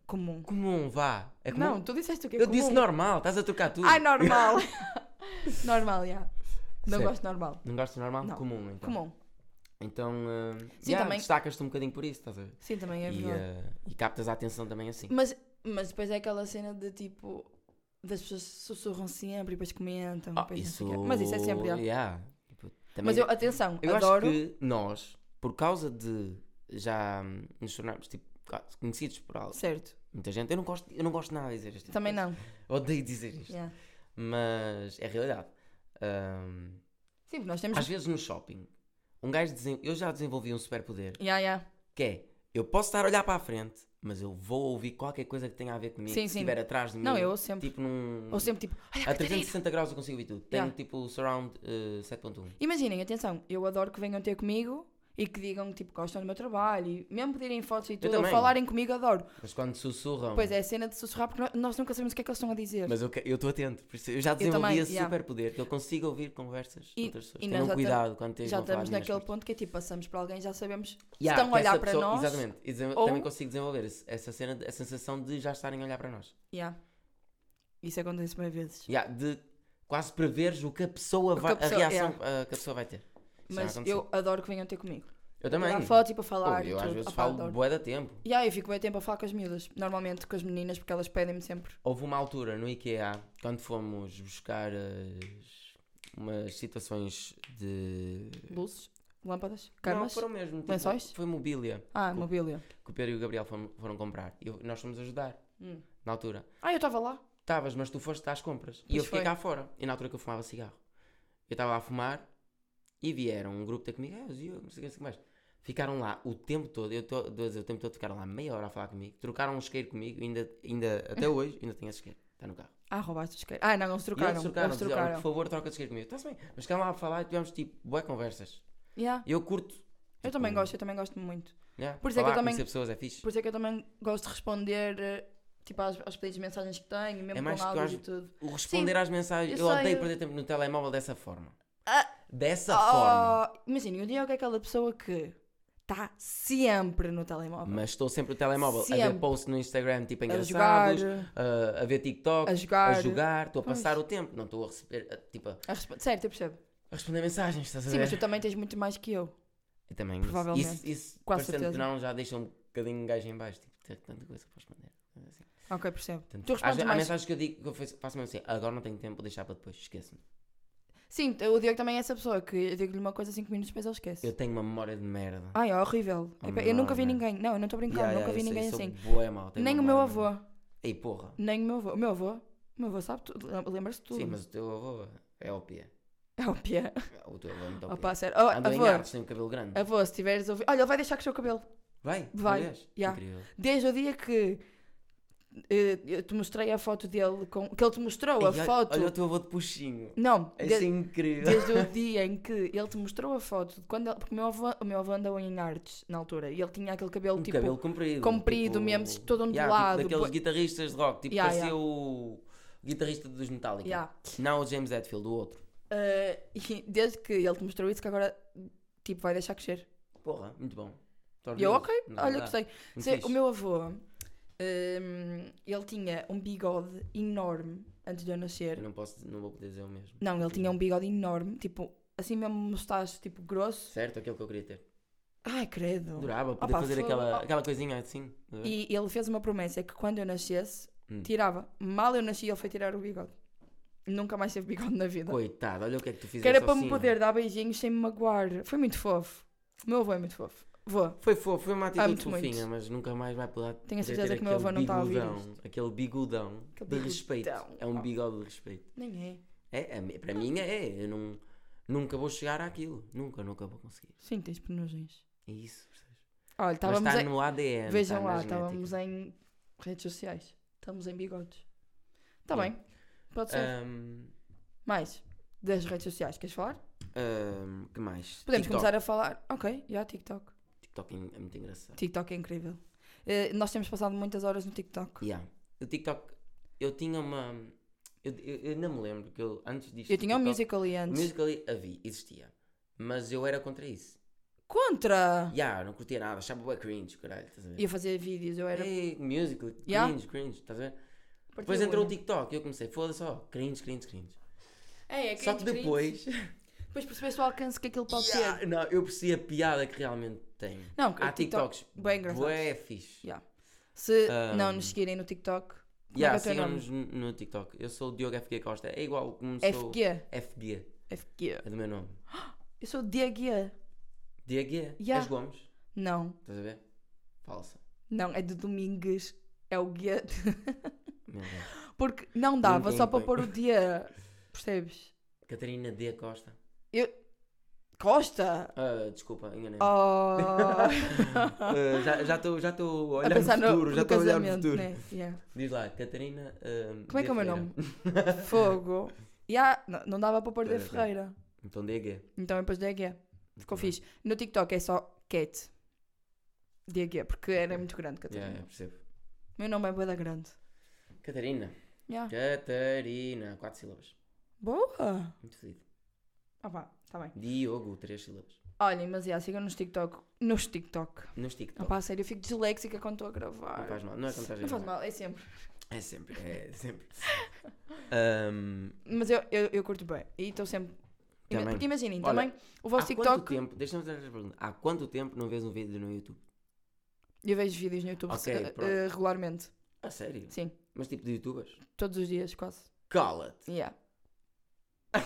A: comum.
B: comum, vá. É comum.
A: Não, tu disseste o que é
B: eu
A: comum.
B: disse normal, estás a trocar tudo.
A: Ah,
B: [laughs]
A: normal. normal, já. Não
B: Certo.
A: gosto de normal.
B: Não gostas de normal?
A: Não.
B: Comum, então.
A: Comum.
B: Então, ah,
A: Sim,
B: yeah,
A: também-
B: destacas-te um bocadinho por isso, estás a ver?
A: Sim, também é
B: e,
A: verdade.
B: ah, e captas a atenção também assim.
A: Mas, mas depois é aquela cena de tipo. Das pessoas sussurram sempre e depois comentam.
B: Ah,
A: depois não sei
B: isso...
A: o quê. Mas isso é sempre. já.
B: yeah. Tipo, também-
A: Mas eu, atenção,
B: Eu
A: adoro.
B: acho que nós, por causa de já hum, nos tornarmos tipo, quase conhecidos por algo,
A: Certo.
B: muita gente, eu não gosto, eu não gosto nada de dizer isto.
A: Também não.
B: Odeio dizer isto.
A: Yeah.
B: Mas é a realidade. Hum,
A: Sim, porque nós temos.
B: às vezes no shopping, um gajo desen- eu já desenvolvi um superpoder
A: Yeah, yeah.
B: que é eu posso estar a olhar para a frente, mas eu vou ouvir qualquer coisa que tenha a ver comigo.
A: Sim,
B: se
A: sim.
B: estiver atrás de mim,
A: Não, eu ouço sempre.
B: tipo num.
A: Ou sempre tipo. Olha,
B: a
A: Catarina!
B: 360 graus eu consigo ouvir tudo.
A: Yeah.
B: Tenho tipo surround eh, 7.1.
A: Imaginem, atenção, eu adoro que venham ter comigo e que digam tipo, que gostam do meu trabalho e mesmo pedirem fotos e tudo, ou
B: também.
A: falarem comigo, adoro.
B: Mas quando sussurram.
A: Pois é, a cena de sussurrar porque no- nós nunca sabemos o que é que eles estão a dizer.
B: Mas eu que- eu estou atento, por isso eu já desenvolvi
A: também,
B: esse
A: yeah.
B: superpoder, que eu consigo ouvir conversas
A: E-
B: de outras pessoas.
A: e nós
B: Tenham
A: já tam-
B: cuidado quando tens
A: já estamos naquele ponto que é tipo, passamos por alguém, já sabemos
B: Yeah,
A: estão a
B: que essa
A: olhar para
B: pessoa-
A: nós.
B: Exatamente, e desenvol-
A: ou-
B: também consigo desenvolver esse- essa cena, de- a sensação de já estarem a olhar para nós.
A: Yeah. Isso acontece bem vezes.
B: Yeah, de quase preveres o que a pessoa
A: que
B: vai,
A: a pessoa-
B: a reação ah, que a pessoa vai ter. Isso já
A: Mas
B: aconteceu.
A: eu adoro que venham ter comigo.
B: eu também.
A: Tirar fotos e para falar.
B: Pô,
A: e
B: eu às
A: tudo.
B: vezes
A: Opa,
B: falo
A: adoro.
B: bué da tempo.
A: E aí eu fico bem tempo a falar com as miúdas. Normalmente com as meninas, porque elas pedem-me sempre.
B: Houve uma altura no IKEA, quando fomos buscar as- umas situações de...
A: Luzes, lâmpadas,
B: Não,
A: camas.
B: foram mesmo. tipo,
A: lençóis?
B: Foi mobília.
A: Ah, mobília.
B: que o Pedro e o Gabriel foram, foram comprar. E eu- nós fomos ajudar,
A: Hum.
B: na altura.
A: Ah, eu estava lá.
B: Estavas, mas tu foste às compras. e
A: Pois
B: eu fiquei
A: foi.
B: cá fora. E na altura que eu fumava cigarro. Eu estava a fumar e vieram um grupo ter comigo. Ah, os Diogo, não sei o que, não sei o que mais. Ficaram lá o tempo todo, eu estou a dizer o tempo todo, ficaram lá meia hora a falar comigo, trocaram um isqueiro comigo, ainda, ainda até hoje ainda tenho esse isqueiro, está no carro.
A: Ah, roubaste os isqueiro. Ah, não, eles
B: E
A: trocaram.
B: eles trocaram,
A: Eles
B: disseram, "Olha,
A: trocaram.
B: por favor, troca de isqueiro comigo. Está-se bem, mas ficaram lá a falar e tivemos tipo, boé conversas.
A: Yeah.
B: Eu curto.
A: Eu também
B: Tipo,
A: gosto, eu também gosto muito.
B: Por isso é que eu também. pessoas é fixe.
A: Por isso é que eu também gosto de responder, eh, tipo, às, aos pedidos de mensagens que tenho,
B: É
A: mesmo
B: mais
A: com
B: que
A: áudios
B: eu
A: e tudo.
B: O responder às mensagens.
A: eu
B: Eu,
A: sei,
B: odeio
A: eu-
B: perder tempo no telemóvel dessa forma.
A: Ah!
B: Dessa forma.
A: Oh, Imagina, o Diogo é aquela pessoa que está sempre no telemóvel.
B: Mas estou sempre no telemóvel a
A: Sempre.
B: ver posts no Instagram tipo
A: a jogar,
B: engraçados, eh, a, a ver TikTok,
A: a jogar.
B: a jogar, estou a
A: Pois.
B: passar o tempo, não estou a receber, a, tipo, a
A: a resp- Certo, eu percebo.
B: responder mensagens, estás a
A: Sim,
B: ver?
A: mas tu também tens muito mais que eu.
B: E também,
A: Provavelmente.
B: isso, isso
A: Com a
B: parecendo que
A: certeza.
B: não, já deixa um bocadinho um gajo em baixo, tipo, ter tanta coisa para responder. Assim.
A: Ok, percebo.
B: Portanto,
A: Tu
B: às
A: respondes
B: ve- há
A: mais-
B: mensagens que eu digo, que eu faço faço mesmo assim, agora não tenho tempo, vou deixar para depois, esqueço-me.
A: Sim, o Diogo também é essa pessoa que eu digo-lhe uma coisa 5 minutos depois ele esquece.
B: Eu tenho uma memória de merda.
A: Ai, é horrível.
B: Oh,
A: Epá, eu
B: não,
A: nunca vi
B: não.
A: ninguém. Não, eu não estou a brincar,
B: Yeah, yeah,
A: nunca vi
B: eu sei,
A: ninguém
B: sou
A: assim.
B: bué mau, tenho
A: Nem o
B: uma
A: meu
B: memória de merda.
A: avô.
B: Ei, porra.
A: Nem o meu avô. O meu avô, o meu avô sabe tudo, lembra-se de tudo.
B: Sim, mas o teu avô é OP.
A: É o pé.
B: O teu avô é muito OP.
A: Opa, sério. Oh,
B: Andou em
A: avô,
B: artes, tem o cabelo grande.
A: avô, se tiveres ouvido. Olha, ele vai deixar crescer o cabelo.
B: Vai,
A: Vai,
B: talvez.
A: já.
B: Incrível.
A: Desde o dia que eh, eu te mostrei a foto dele, com... que ele te mostrou a
B: Ei, olha-
A: foto.
B: Olha o teu avô de puxinho.
A: Não,
B: Isso
A: de-
B: é incrível.
A: Desde o dia em que ele te mostrou a foto, de quando ele- porque o meu avô, o meu avô andou em artes na altura e ele tinha aquele cabelo
B: [laughs] Um
A: tipo.
B: cabelo comprido.
A: comprido mesmo, todo ondulado,
B: Tipo, daqueles
A: bué-
B: guitarristas de rock. Tipo,
A: Yeah,
B: parecia
A: yeah.
B: o guitarrista dos Metallica.
A: Yeah.
B: Não o James Hetfield, o outro.
A: Eh, e desde que ele te mostrou isso, que agora tipo vai deixar crescer.
B: Porra, muito bom. Tô
A: E eu,
B: orgulhoso,
A: ok,
B: na
A: olha,
B: verdade.
A: gostei.
B: Muito
A: Sei, o
B: fixe.
A: meu avô, ehm, ele tinha um bigode enorme antes de eu
B: Eu
A: nascer.
B: não posso, não vou poder dizer o mesmo.
A: Não, ele
B: Sim.
A: tinha um bigode enorme, tipo, assim mesmo mostacho, tipo, grosso.
B: Certo, aquele que eu queria ter.
A: Ai, credo.
B: Adorava poder
A: Opa,
B: fazer
A: fogo.
B: aquela, aquela coisinha assim.
A: E ele fez uma promessa que quando eu nascesse,
B: Hum.
A: tirava. Mal eu nasci, ele foi tirar o bigode. Nunca mais teve bigode na vida.
B: Coitado, olha o que é que tu fizeste.
A: que era
B: ao
A: para me
B: senhor.
A: poder dar beijinhos sem me magoar. Foi muito fofo. O meu avô é muito fofo. Vô,
B: Foi fofo, foi uma atitude
A: Amo-te Ah, muito.
B: fofinha, mas nunca mais vai poder.
A: Tenho a
B: poder
A: certeza
B: ter
A: que o meu
B: aquele
A: avô não está a ouvir
B: bigudão, Aquele bigudão de
A: Aquele
B: respeito.
A: bigudão,
B: É um
A: pá.
B: bigode de respeito.
A: nem é.
B: É, é mi- para mim é. Eu não, nunca vou chegar àquilo. Nunca, nunca vou conseguir.
A: Sim, tens penugins.
B: É isso. percebes?
A: Olha,
B: Mas
A: estávamos
B: está
A: em...
B: no tá ADN.
A: Vejam
B: está na
A: lá,
B: genética.
A: estávamos em redes sociais. Estamos em bigodes. Está
B: Yeah. Ah.
A: bem. Pode ser.
B: Ahm,
A: Mais. Das redes sociais, queres falar?
B: ahm, que mais?
A: Podemos
B: TikTok.
A: começar a falar. Ok, já TikTok.
B: TikTok é é muito engraçado.
A: TikTok é incrível. Eh, nós temos passado muitas horas no TikTok.
B: Yeah. O TikTok, eu tinha uma. Eu, eu, eu ainda me lembro que eu, antes disto.
A: Eu tinha um
B: TikTok,
A: Musical.ly
B: O
A: antes.
B: Musical.ly havia, existia. Mas eu era contra isso.
A: Contra!
B: Yeah, eu não curtia nada, achava bué cringe, caralho, estás a ver?
A: E eu fazia vídeos, eu era.
B: Ei, musical, cringe,
A: Yeah. é.
B: cringe, estás a ver?
A: partia
B: É. Depois
A: a
B: entrou o
A: unha.
B: TikTok e eu comecei, foda-se, ó, cringe, cringe, cringe.
A: É, é
B: Só que
A: cringe,
B: depois,
A: cringe. Depois percebeste o alcance que aquilo
B: [laughs]
A: pode
B: yeah,
A: ter.
B: não, eu percebi a piada que realmente tem.
A: Não,
B: Há
A: o TikTok.
B: TikToks
A: bem engraçados.
B: bué fixe.
A: Yeah. Se
B: Um,
A: não nos seguirem no TikTok, como
B: Yeah,
A: é que é o teu nome?
B: sigam-nos no, no TikTok. Eu sou o Diogo FG Costa, é igual como sou
A: FG.
B: FG,
A: FG.
B: é do meu nome.
A: Eu sou Diaguia.
B: Diogo é?
A: Yeah.
B: És Gomes,
A: Não,
B: estás a ver? Falsa.
A: não, é de Domingues. É o guia. [laughs]
B: Meu Deus.
A: Porque não dava
B: Ninguém
A: só para
B: põe.
A: pôr o dia. Percebes?
B: Catarina D. Costa. [laughs]
A: Costa!
B: Ah, desculpa, enganei-me.
A: Oh!
B: Ah, já- já estou já estou
A: [laughs] a
B: a olhar no
A: pensar no,
B: futuro, já
A: no
B: estou a olhar no
A: casamento,
B: futuro.
A: né? Yeah.
B: Diz lá, Catarina. ah,
A: Como é que é o meu
B: Ferreira.
A: nome? Fogo. Yeah, não, não dava para pôr D.
B: É. Espera, espera. Uhum.
A: Ferreira.
B: Então DG.
A: Então depois DG. Ficou
B: Muito bem.
A: fixe. No TikTok é só Cat. DG, porque era muito grande, Catarina.
B: Yeah, yeah, percebo.
A: Meu nome é Boeda Grande.
B: Catarina.
A: Yeah.
B: Catarina. Quatro sílabas.
A: Boa!
B: Muito fedido.
A: Ah pá, tá bem.
B: Diogo, três sílabas.
A: Olhem, mas yeah, sigam nos TikTok. Nos TikTok.
B: Nos TikTok.
A: Ah pá, sério, eu fico disléxica quando estou a gravar.
B: Não faz mal. Não é quando estás a
A: Não faz
B: gravar.
A: mal, é sempre.
B: É sempre.
A: [laughs]
B: É sempre. Ahm,
A: Mas eu, eu, eu curto bem. E estou sempre. Ima-
B: Também.
A: Porque imaginem,
B: Olha,
A: também o vosso
B: há
A: TikTok.
B: quanto tempo? Deixa-me fazer esta pergunta. Há quanto tempo não vês um vídeo no YouTube?
A: Eu vejo vídeos no YouTube
B: Ok,
A: eh,
B: pronto.
A: eh, regularmente.
B: A sério?
A: Sim.
B: Mas tipo de youtubers?
A: Todos os dias, quase.
B: Cala-te!
A: Yeah.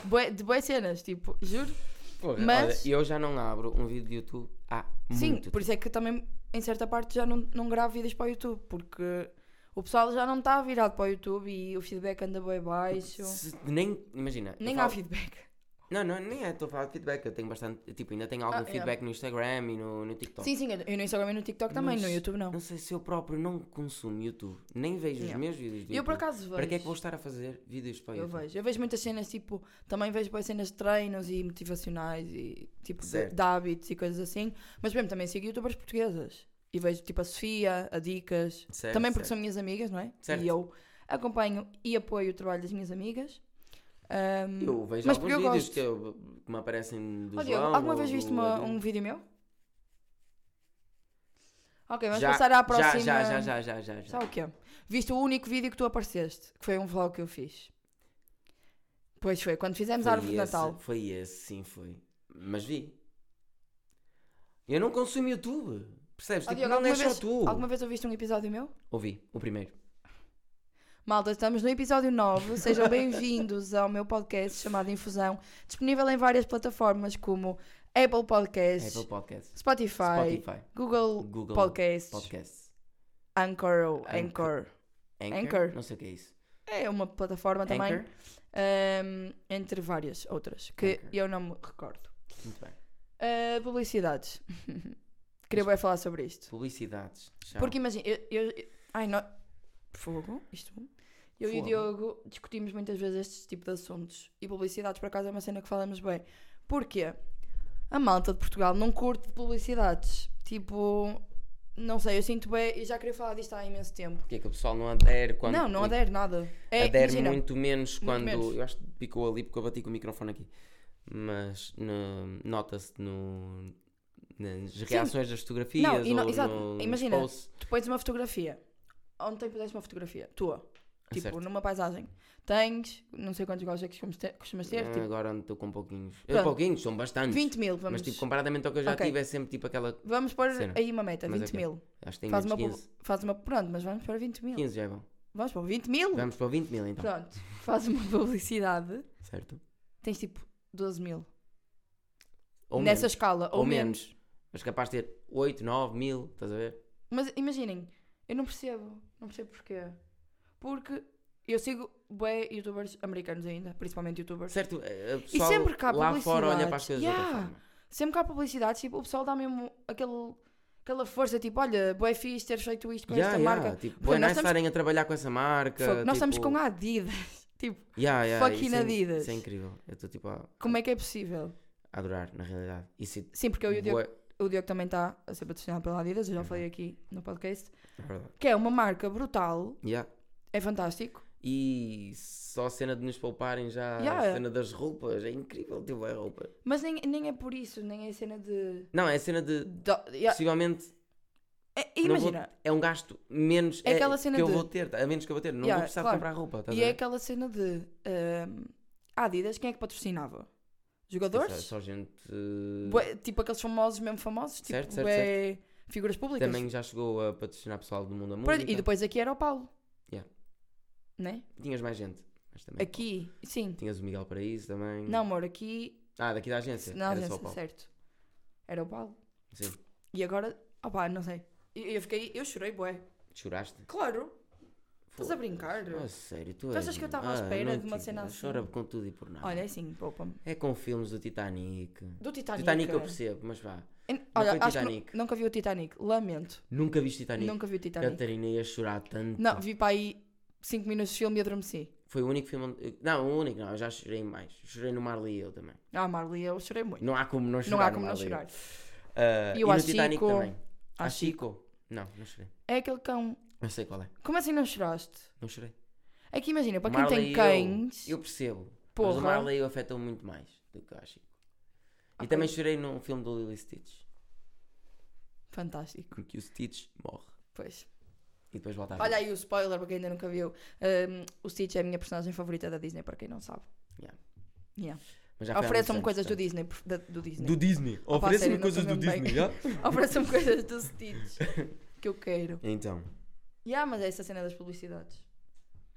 A: Bué- de boas cenas, tipo, juro.
B: Porra,
A: Mas-
B: olha, eu já não abro um vídeo de YouTube há
A: Sim,
B: muito
A: por isso é que também, em certa parte, já não, não gravo vídeos para o YouTube. Porque o pessoal já não está virado para o YouTube e o feedback anda bem baixo.
B: Se- nem, imagina, eu
A: Nem há
B: falo-
A: feedback.
B: Não, não, nem é, estou a falar de feedback. Eu tenho bastante. Tipo, ainda tenho algum
A: Ah, yeah.
B: feedback no Instagram e no, no TikTok.
A: Sim, sim, eu no Instagram e no TikTok também,
B: Mas-
A: no YouTube não.
B: Não sei se eu próprio não consumo YouTube. Nem vejo
A: Yeah.
B: os meus vídeos do
A: Eu por
B: YouTube.
A: acaso vejo.
B: Para que é que vou estar a fazer vídeos para o
A: Eu
B: YouTube?
A: vejo. Eu vejo muitas cenas, tipo, também vejo boas cenas de treinos e motivacionais e tipo de,
B: Certo.
A: de hábitos e coisas assim. Mas por exemplo, também sigo youtubers portuguesas. E vejo tipo a Sofia, a Dicas.
B: Certo,
A: também porque
B: certo.
A: são minhas amigas, não é?
B: Certo.
A: E eu acompanho e apoio o trabalho das minhas amigas. Ahm,
B: Eu vejo
A: mas
B: alguns
A: porque eu
B: vídeos
A: gosto.
B: que, eu- que me aparecem do
A: Ó, Diego,
B: João.
A: alguma
B: ou
A: vez
B: do
A: viste uma-
B: Adil.
A: um vídeo meu? Ok, vamos
B: Já-
A: passar à próxima.
B: Já, já, já, já, já, já. já.
A: Sabe o quê? Viste o único vídeo que tu apareceste, que foi um vlog que eu fiz. Pois foi, quando fizemos a árvore de
B: esse,
A: Natal.
B: Foi esse, sim, foi. Mas vi. Eu não consumo YouTube. Percebes?
A: Ó,
B: tipo,
A: Diogo,
B: não é
A: alguma
B: só
A: vez-
B: tu.
A: Alguma vez ouviste um episódio meu?
B: Ouvi, o primeiro.
A: Malta, estamos no episódio 9.
B: [laughs]
A: Sejam bem-vindos ao meu podcast chamado Infusão, disponível em várias plataformas como Apple Podcasts,
B: é Apple Podcasts.
A: Spotify,
B: Spotify.
A: Google,
B: Google
A: Podcasts,
B: Podcasts.
A: Anchor ou
B: Anchor.
A: Anchor.
B: Anchor?
A: Anchor.
B: Não sei o que é isso.
A: É uma plataforma também,
B: Anchor?
A: ahm, entre várias outras, que
B: Anchor.
A: eu não me recordo.
B: Muito bem.
A: Ah, publicidades. [laughs] Queria bem falar sobre isto.
B: Publicidades. Tchau.
A: Porque imagina, eu, eu- eu- Ai, não. Fogo, isto. Eu e o
B: Fogo.
A: Diogo discutimos muitas vezes este tipo de assuntos. E publicidades, por acaso, é uma cena que falamos bem. Porquê? A malta de Portugal não curte de publicidades. Tipo. Não sei, eu sinto bem. E já queria falar disto há imenso tempo.
B: Porque é que o pessoal não adere quando.
A: não, não
B: quando-
A: adere nada. É,
B: adere
A: imagina,
B: muito menos quando.
A: menos.
B: Eu acho que picou ali porque eu bati com o microfone aqui. Mas no- nota-se no- nas reações das fotografias.
A: Não, e não-
B: ou
A: exato,
B: no- nos
A: imagina,
B: posts.
A: Tu pões uma fotografia. Ontem puseste uma fotografia, tua.
B: Ah,
A: Tipo,
B: certo.
A: numa paisagem. Tens, não sei quantos gols é que costumas ter, costumas ter,
B: Ah,
A: tipo,
B: Agora ando estou com pouquinhos.
A: Pronto.
B: Eu, pouquinhos, são bastantes.
A: 20 mil, vamos.
B: Mas tipo, comparadamente ao que eu já
A: Ok.
B: tive, é sempre tipo aquela.
A: Vamos pôr
B: Cena.
A: aí uma meta,
B: Mas é
A: 20
B: ok.
A: mil.
B: Acho que tem
A: Faz
B: menos
A: uma
B: 15.
A: Faz uma. Pronto, mas vamos pôr 20 mil.
B: 15 já é bom.
A: Vamos pôr 20 mil?
B: Vamos para o 20 mil então.
A: Pronto, faz uma [laughs] publicidade.
B: Certo?
A: Tens tipo 12 mil.
B: Ou
A: Nessa
B: menos.
A: escala, ou,
B: Ou
A: menos.
B: menos. Mas capaz de ter 8, 9 mil, estás a ver?
A: Mas imaginem, eu não percebo. Não percebo porquê. Porque eu sigo bué youtubers americanos ainda, principalmente youtubers.
B: Certo? eh, o pessoal
A: sempre que há
B: lá fora olha para as
A: publicidades,
B: coisas de outra
A: yeah.
B: forma.
A: Sempre que há publicidade, tipo, o pessoal dá mesmo aquele, aquela força, tipo, olha, bué fixe teres feito isto com
B: Yeah,
A: esta
B: yeah.
A: marca.
B: Tipo,
A: Porque
B: bom,
A: nós
B: nós
A: estamos-
B: estarem a trabalhar com essa marca.
A: Fogo, Nós estamos
B: tipo,
A: com a Adidas. tipo,
B: yeah, yeah,
A: fucking
B: isso é-
A: Adidas.
B: Isso é incrível. Eu estou tipo a
A: como é que é possível?
B: a adorar, na realidade. Isso é
A: Sim, porque eu e o Diogo
B: bué- Uhum.
A: o Diogo também está a ser patrocinado pela Adidas, eu já falei aqui no podcast,
B: é verdade.
A: que é uma marca brutal,
B: Yeah.
A: é fantástico.
B: E só a cena de nos pouparem já
A: Yeah.
B: a cena das roupas, é incrível, tipo, é roupa.
A: Mas nem, nem é por isso, nem é cena de.
B: Não, é a cena de
A: do- yeah,
B: possivelmente
A: é-
B: não vou-
A: imagina,
B: é um gasto menos
A: É aquela cena
B: que
A: de-
B: eu vou ter, tá, a menos que eu vou ter, não
A: Yeah,
B: vou precisar
A: claro.
B: de comprar roupa. estás
A: e
B: a
A: é
B: ver?
A: aquela cena de. ahm, a Adidas, quem é que patrocinava?
B: Só,
A: Jogadores?
B: é só gente eh,
A: Bué- tipo aqueles famosos, mesmo famosos, tipo
B: Certo, certo,
A: bué figuras públicas.
B: eh, também já chegou a patrocinar pessoal do mundo da
A: Pronto,
B: música.
A: E depois aqui era o Paulo.
B: Yeah.
A: Né?
B: Tinhas mais gente, mas também.
A: Aqui, sim.
B: Tinhas o Miguel Paraíso também.
A: Não, amor, aqui.
B: Ah, daqui da agência.
A: Na
B: um- Era só o
A: agência,
B: Paulo.
A: certo. Era o Paulo.
B: Sim.
A: E agora, opá, não sei. Eu, eu fiquei, eu chorei, bué.
B: Choraste?
A: Claro, estás a
B: Fogo.
A: brincar.
B: Ah, sério,
A: Tu
B: tu és
A: achas que eu estava à
B: uma- Ah,
A: espera
B: não
A: de uma
B: te-
A: cena assim?
B: Chora com tudo e por nada.
A: Olha, é assim, poupa-me.
B: É com filmes do Titanic. Titanic,
A: Do Titanic.
B: eu percebo, mas vá.
A: En- Olha,
B: foi
A: acho que nu-
B: Titanic.
A: nunca vi o Titanic. Lamento.
B: Nunca viste Titanic?
A: Nunca vi o Titanic.
B: Catarina ia chorar tanto.
A: Não, vi para aí 5 minutos de filme e adormeci.
B: Foi o único filme onde... Não, o único não, eu já chorei mais. Chorei no Marley e eu também.
A: Ah, Marley, eu chorei muito.
B: Não há como não
A: Não, há
B: chorar no
A: como não
B: Marley e eu.
A: chorar.
B: Ah,
A: E
B: e,
A: o
B: no
A: Há
B: Titanic
A: Chico-
B: também.
A: Há
B: Há
A: Chico.
B: Chico? Não, não chorei.
A: É aquele cão.
B: Eu sei qual é.
A: Como assim não choraste?
B: Não chorei.
A: É que imagina, para quem
B: Marley
A: tem
B: e
A: cães.
B: Eu, eu percebo. Mas
A: Porra.
B: o Marley e eu afetam muito mais do que o Há Chico.
A: Ah,
B: e também
A: pois.
B: chorei num filme do Lilo e Stitch.
A: Fantástico.
B: Porque o Stitch morre.
A: Pois.
B: E depois volta a
A: Olha
B: vida.
A: aí o spoiler para quem ainda nunca viu. Ahm, o Stitch é a minha personagem favorita da Disney, para quem não sabe.
B: Yeah.
A: Yeah.
B: Mas já foi há
A: Ofereçam-me
B: muitos
A: coisas do
B: anos,
A: Disney, por- da- do Disney.
B: Do Disney.
A: sério,
B: Oferecem-me
A: não
B: coisas
A: estou
B: do
A: mesmo
B: Disney,
A: bem. [laughs]
B: já?
A: Ofereçam-me coisas do
B: [laughs]
A: Stitch que eu quero.
B: Então,
A: E yeah, mas é essa cena das publicidades.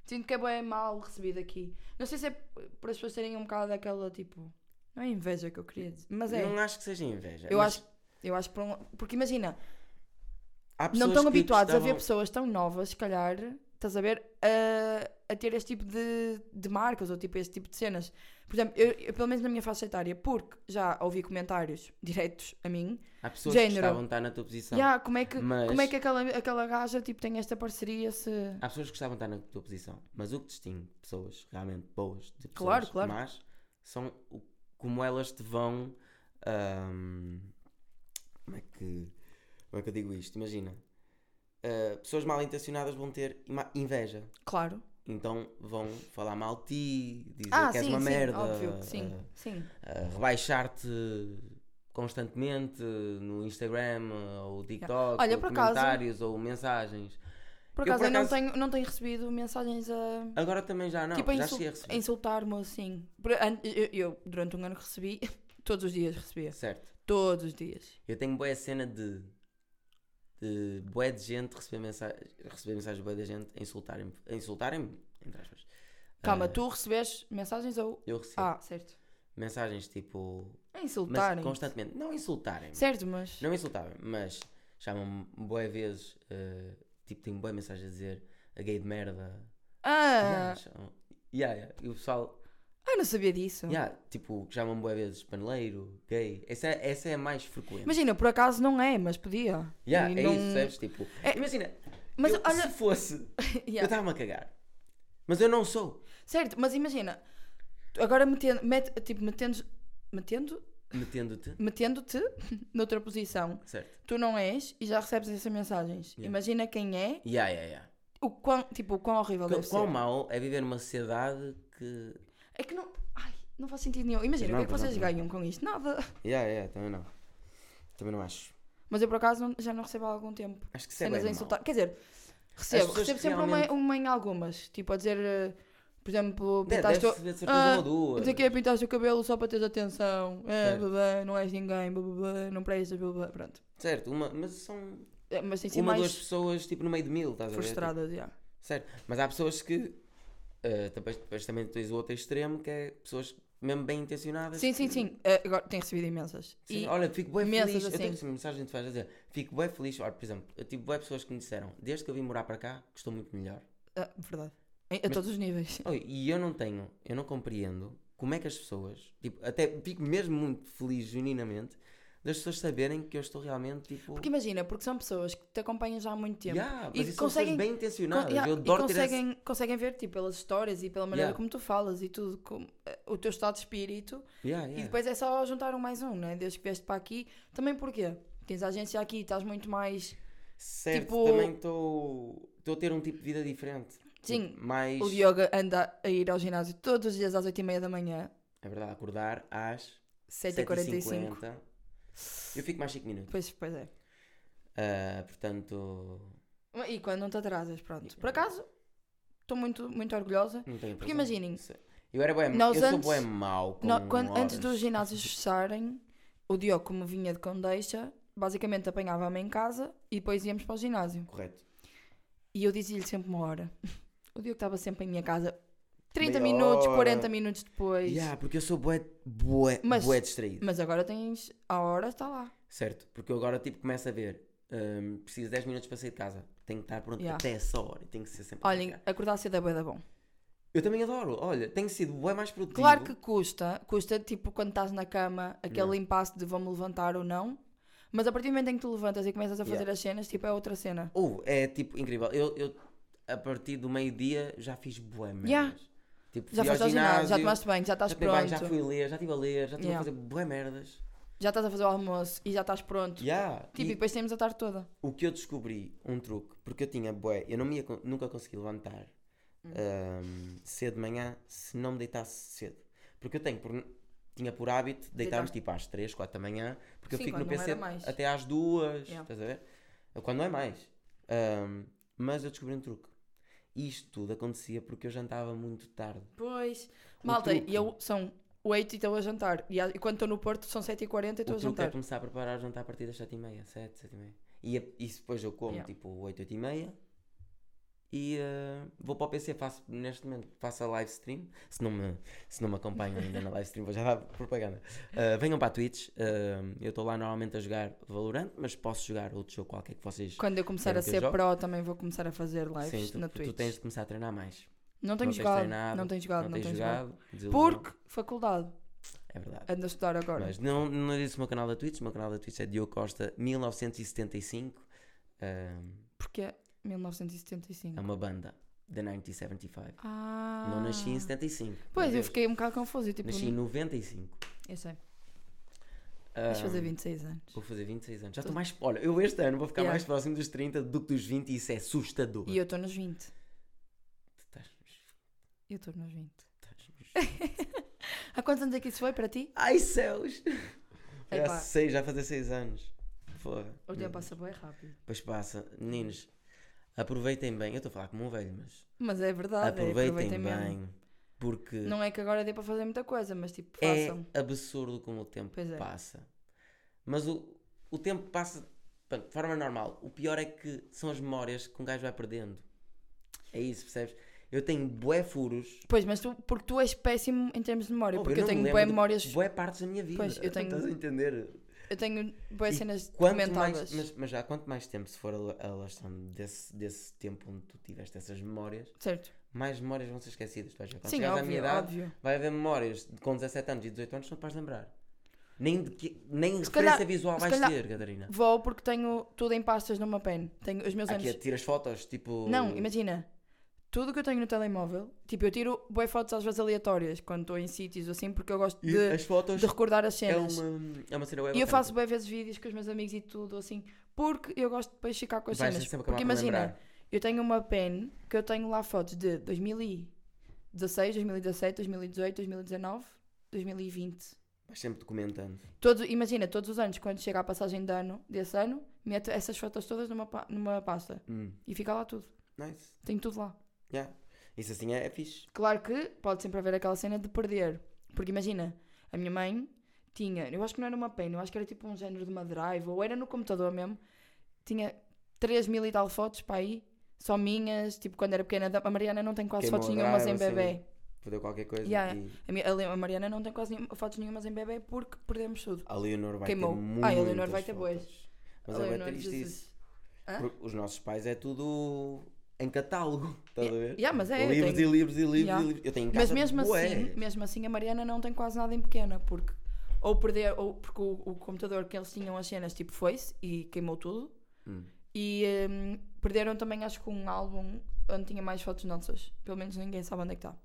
A: Sinto que é bem mal recebido aqui. Não sei se é p- para as pessoas terem um bocado daquela tipo. Não é inveja que eu queria dizer. Mas é.
B: não acho que seja inveja.
A: eu,
B: mas
A: acho, eu acho por um- Porque imagina,
B: há
A: não
B: pessoas
A: estão
B: que
A: habituados a ver
B: gostavam-
A: pessoas tão novas, se calhar, estás a ver? A, a ter este tipo de, de marcas ou tipo este tipo de cenas. Por exemplo, eu, eu, pelo menos na minha faixa etária, porque já ouvi comentários diretos a mim.
B: Há pessoas que
A: Género.
B: gostavam de estar na tua posição.
A: "Ya, como é que,
B: Tá. Mas-
A: como é que aquela, aquela gaja tipo, tem esta parceria se.
B: Há pessoas que gostavam de estar na tua posição, mas o que distingue pessoas realmente boas de pessoas
A: Claro, claro.
B: más são o- como elas te vão. ahm, como, é que, como é que eu digo isto? Imagina, ah, pessoas mal intencionadas vão ter ima- inveja,
A: Claro.
B: então vão falar mal de ti, dizer
A: ah,
B: Tipo, que és
A: sim,
B: uma
A: sim,
B: merda,
A: óbvio. Sim,
B: ah,
A: sim.
B: a rebaixar-te constantemente no Instagram ou TikTok,
A: Olha,
B: ou
A: por acaso-
B: comentários ou mensagens.
A: Por
B: eu,
A: acaso,
B: por
A: eu, não,
B: acaso-
A: tenho, não tenho recebido mensagens a.
B: Agora também já não,
A: tipo, a
B: já
A: insul-
B: cheguei a receber.
A: a insultar-me ou assim. Por- an- Eu, eu, durante um ano, recebi. [laughs] Todos os dias recebia.
B: Certo.
A: Todos os dias.
B: Eu tenho boa cena de, de boé de gente receber mensagem, receber mensagem de boé de gente a insultarem-me, a insultarem-me, entre aspas.
A: Calma,
B: Ah,
A: tu recebes mensagens ou.
B: Eu recebo
A: Ah, certo.
B: mensagens tipo,
A: A
B: mas
A: insultarem.
B: constantemente, não insultarem,
A: Certo, mas.
B: não insultarem, mas chamam-me boé vezes, eh, tipo, tenho boé mensagem a dizer a gay de merda.
A: Ah,
B: Yeah, chamam- yeah, yeah. E o pessoal,
A: eu não sabia disso.
B: yeah, tipo, chamam-me boé vezes paneleiro, gay. Essa, é- essa é a mais frequente.
A: Imagina, por acaso não é, mas podia.
B: Yeah,
A: E
B: é
A: não-
B: isso, sabes? Tipo,
A: É-
B: imagina,
A: Mas
B: eu,
A: olha.
B: se fosse, [laughs] eu
A: Yeah.
B: estava-me a cagar. Mas eu não sou.
A: Certo, mas imagina. tu Agora metendo. Met, tipo, metendo. Metendo?
B: Metendo-te.
A: Metendo-te [laughs] noutra posição.
B: Certo.
A: Tu não és e já recebes essas mensagens.
B: Yeah.
A: Imagina quem é.
B: Yeah, yeah, yeah.
A: O quão, tipo, o quão horrível
B: Qu-
A: deve
B: Quão
A: ser.
B: mau é viver numa sociedade que.
A: É que não. Ai, não faz sentido nenhum. Imagina,
B: Não,
A: o que é que
B: pois não,
A: vocês
B: pois não.
A: ganham com isto? Nada. [laughs]
B: Yeah, yeah, também não. Também não acho.
A: Mas eu por acaso não- já não recebo há algum tempo.
B: Acho que isso é
A: cenas a
B: bem
A: insultar. Quer dizer, recebo,
B: pessoas
A: recebo
B: que
A: sempre uma-
B: realmente- É,
A: uma, em algumas. Tipo, a dizer, eh, por exemplo,
B: Deve,
A: pintaste, o-
B: receber de certeza
A: Ah,
B: uma ou duas.
A: dizer que é pintaste o cabelo só para teres atenção, eh,
B: Certo.
A: blá, blá, não és ninguém, blá, blá, blá, não prestas, blá, blá, pronto.
B: Certo, uma, mas são
A: Eh, Mas tem sido
B: uma ou duas
A: mais
B: pessoas tipo no meio de mil, estás a ver?
A: frustradas, já.
B: Tipo, Certo. Mas há pessoas que. ah, depois, depois também tens o outro extremo que é pessoas mesmo bem intencionadas.
A: Sim, sim,
B: que-
A: sim. Eh, agora tenho recebido imensas.
B: Sim,
A: E-
B: olha, fico bem
A: imensas
B: feliz. Eu tenho
A: assim.
B: essa mensagem de faz a dizer: fico bem feliz. Olha, por exemplo, eu tive bem pessoas que me disseram: desde que eu vim morar para cá, que estou muito melhor.
A: ah, verdade. Em- A todos os níveis. [laughs]
B: Oi, e eu não tenho, eu não compreendo como é que as pessoas, tipo, até fico mesmo muito feliz, genuinamente, das pessoas saberem que eu estou realmente, tipo.
A: Porque imagina, porque são pessoas que te acompanham já há muito tempo.
B: yeah,
A: e
B: mas isso são pessoas
A: conseguem-
B: bem
A: Con-
B: intencionadas.
A: yeah,
B: eu
A: e
B: adoro ter essa-
A: conseguem, conseguem ver tipo, pelas histórias e pela maneira
B: Yeah.
A: como tu falas e tudo, como, eh, o teu estado de espírito.
B: Yeah, yeah.
A: E depois é só juntar um mais um, né? Desde que vieste para aqui. Também porquê? Tens a agência aqui, estás muito mais.
B: Certo,
A: tipo-
B: também estou. Estou a ter um tipo de vida diferente.
A: Sim,
B: Tipo, mais.
A: O Diogo anda a ir ao ginásio todos os dias às 8h30 da manhã,
B: É verdade, acordar às
A: 7h45.
B: 7h50. Eu fico mais 5 minutos.
A: Pois, pois é.
B: Ah, portanto,
A: E quando não te atrasas, pronto. Por acaso, estou muito, muito orgulhosa.
B: não tenho
A: Porque
B: problema.
A: imaginem,
B: Se- Eu era bué,
A: nós
B: eu sou
A: antes-
B: bué mau com
A: No- quando- antes
B: horas.
A: dos ginásios fecharem, o Diogo, como vinha de Condeixa, basicamente apanhava-me em casa e depois íamos para o ginásio.
B: Correto.
A: E eu dizia-lhe sempre uma hora. [laughs] O Diogo estava sempre em minha casa 30
B: Meia
A: minutos,
B: hora.
A: 40 minutos depois.
B: Yeah, porque eu sou bué, bué,
A: Mas-
B: bué distraído.
A: Mas agora tens. A hora está lá.
B: Certo? Porque eu agora tipo começo a ver, hum, preciso de 10 minutos para sair de casa. Tenho que estar pronto
A: Yeah.
B: até essa hora. e Tenho que ser sempre. a
A: Olhem,
B: brincar.
A: acordar cedo é bué da bom.
B: Eu também adoro. Olha, tenho sido bué mais produtivo.
A: Claro que custa, custa tipo quando estás na cama, aquele
B: Não.
A: impasse de vou-me levantar ou não, mas a partir do momento em que tu levantas e começas a fazer
B: Yeah.
A: as cenas, tipo é outra cena.
B: Ou, é tipo incrível. Eu, eu a partir do meio-dia já fiz bué merdas.
A: Yeah.
B: Tipo,
A: Já
B: fui ao
A: foste ao ginásio, já
B: ginásio,
A: tomaste banho, já estás
B: já tomei banho,
A: pronto,
B: já fui ler, já estive a ler, já estive
A: Yeah. Tipo
B: a fazer bué merdas.
A: já estás a fazer o almoço e já estás pronto.
B: Yeah.
A: Tipo, e...
B: E-
A: depois temos a tarde toda.
B: O que eu descobri, um truque, porque eu tinha bué, eu não me ia con- nunca consegui levantar
A: Uhum.
B: ahm, cedo de manhã se não me deitasse cedo. Porque eu tenho por- tinha por hábito deitar-me
A: Deitar-te.
B: tipo às 3, 4 da manhã, porque
A: Sim,
B: eu fico no
A: quando não
B: PC
A: era mais.
B: até às 2,
A: Yeah.
B: estás a ver? Quando não é mais. Ahm, mas eu descobri um truque. Isto tudo acontecia porque eu jantava muito tarde.
A: Pois,
B: O
A: malta,
B: truque-
A: e eu são 8 e estou a jantar, e a- e quando estou no Porto são 7h40 e
B: O
A: estou a
B: truque é
A: jantar.
B: começar a preparar o jantar a partir das 7h30, 7, 7h30. E, a- e depois eu como
A: Yeah.
B: tipo 8, 8h30, E eh, vou para o PC, faço, neste momento faço a live stream. Se não me, se não me acompanham ainda na live stream, vou já dar propaganda. Eh, venham para a Twitch. eh, eu estou lá normalmente a jogar Valorant, mas posso jogar outro jogo qualquer que vocês.
A: Quando eu começar a
B: Quero que eu
A: ser
B: jogue?
A: pro, também vou começar é a fazer lives
B: Sim, tu,
A: na
B: tu
A: Twitch.
B: tens de começar a treinar mais.
A: Não tenho
B: não tens
A: jogado,
B: treinado,
A: não tenho jogado, não, tenho jogado.
B: desilusional.
A: Porque faculdade,
B: É verdade.
A: ando a estudar agora.
B: Mas não, não disse o meu canal da Twitch, o meu canal da Twitch é Diogo Costa 1975. eh,
A: Porque é 1975.
B: é uma banda, The 1975.
A: Ah.
B: Não nasci em 75. meu
A: Pois, eu
B: Deus.
A: fiquei um bocado confuso. Eu, tipo,
B: Nasci em 95.
A: eu sei, vais fazer
B: Ahm,
A: 26 anos.
B: Vou fazer 26 anos. Já
A: Tô-
B: estou mais. Olha, eu este ano vou ficar
A: Yeah.
B: mais próximo dos 30 do que dos 20 e isso é assustador.
A: E eu estou nos 20.
B: Tu estás-
A: Eu estou nos 20.
B: estás-
A: Há quantos anos é que isso foi para ti?
B: [laughs] Ai céus! Foi há
A: Epá.
B: 6, já fazer 6 anos. Porra.
A: O
B: Meu
A: tempo passa bem rápido.
B: Depois passa. Meninos, aproveitem bem. Eu estou a falar como um velho, mas
A: Mas é verdade,
B: aproveitem,
A: é, aproveitem
B: bem.
A: mesmo.
B: Porque
A: Não é que agora dê para fazer muita coisa, mas tipo,
B: é
A: façam.
B: absurdo como o tempo
A: Pois é.
B: passa. Mas o, o tempo passa pronto, de forma normal. O pior é que são as memórias que um gajo vai perdendo. É isso, percebes? Eu tenho bué furos.
A: Pois, mas tu, porque tu és péssimo em termos de memória,
B: Oh,
A: porque eu,
B: não
A: tenho
B: me lembro
A: boas
B: de
A: memórias,
B: Bué partes da minha vida.
A: Pois, eu tenho-
B: Estás a entender?
A: eu tenho boas
B: E
A: cenas
B: Quanto
A: documentadas.
B: mais, mas, mas já quanto mais tempo se for a- a relação desse, desse tempo onde tu tiveste essas memórias,
A: Certo.
B: mais memórias vão ser esquecidas. Tu vais ver, quando
A: Sim,
B: chegares à minha
A: óbvio,
B: idade,
A: óbvio.
B: vai haver memórias de- com 17 anos e 18 anos que não te vais lembrar. Nem, de que, nem referência
A: calhar-
B: visual
A: se
B: vais
A: calhar-
B: ter, Catarina.
A: Vou porque tenho tudo em pastas numa pen. Tenho os meus
B: Aqui é
A: anos.
B: tiras fotos, tipo.
A: Não, imagina. Tudo o que eu tenho no telemóvel, tipo, eu tiro boas fotos às vezes aleatórias quando estou em sítios ou assim, porque eu gosto
B: E
A: de,
B: as fotos
A: de recordar as
B: é,
A: cenas.
B: uma, é uma cena web.
A: E eu faço bem vezes vídeos com os meus amigos e tudo assim, porque eu gosto de depois ficar com as
B: vais
A: cenas.
B: sempre acabar
A: Porque
B: por
A: imagina,
B: lembrar.
A: eu tenho uma pen que eu tenho lá fotos de 2016, 2017, 2018, 2019, 2020.
B: Vais sempre documentando.
A: Todo, imagina, todos os anos, quando chega a passagem de ano desse ano, meto essas fotos todas numa, pa- numa pasta
B: Hum,
A: e fica lá tudo.
B: Nice.
A: Tenho tudo lá.
B: Yeah. Isso assim é, é fixe.
A: Claro que pode sempre haver aquela cena de perder. Porque imagina, a minha mãe tinha, eu acho que não era uma pen, eu acho que era tipo um género de uma drive, ou era no computador mesmo, tinha 3 mil e tal fotos para aí, só minhas, tipo quando era pequena. da- A Mariana não tem quase
B: Queimou
A: fotos
B: a
A: nenhumas
B: drive,
A: em
B: assim.
A: bebê.
B: Fazer qualquer coisa.
A: Yeah.
B: é, E
A: A, minha- a Le- a Mariana não tem quase nenhuma- fotos nenhumas em bebê porque perdemos tudo.
B: a Leonor vai
A: Queimou.
B: ter
A: Ah,
B: muitas
A: a Leonor vai ter
B: fotos. Mas
A: A
B: é
A: Leonor,
B: bem triste
A: Jesus.
B: isso.
A: Hã?
B: Porque os nossos pais é tudo em catálogo. [laughs] Estás a ver?
A: Yeah, mas é, eu
B: livros
A: tenho-
B: e livros e livros
A: Yeah.
B: e livros. Eu tenho em
A: Mas
B: casa
A: mesmo
B: bué.
A: assim, mesmo assim a Mariana não tem quase nada em pequena, porque ou perder, ou porque o, o computador que eles tinham as cenas tipo foi-se e queimou tudo.
B: Hum.
A: E hum, perderam também acho que um álbum onde tinha mais fotos nossas. Pelo menos ninguém sabe onde é que está.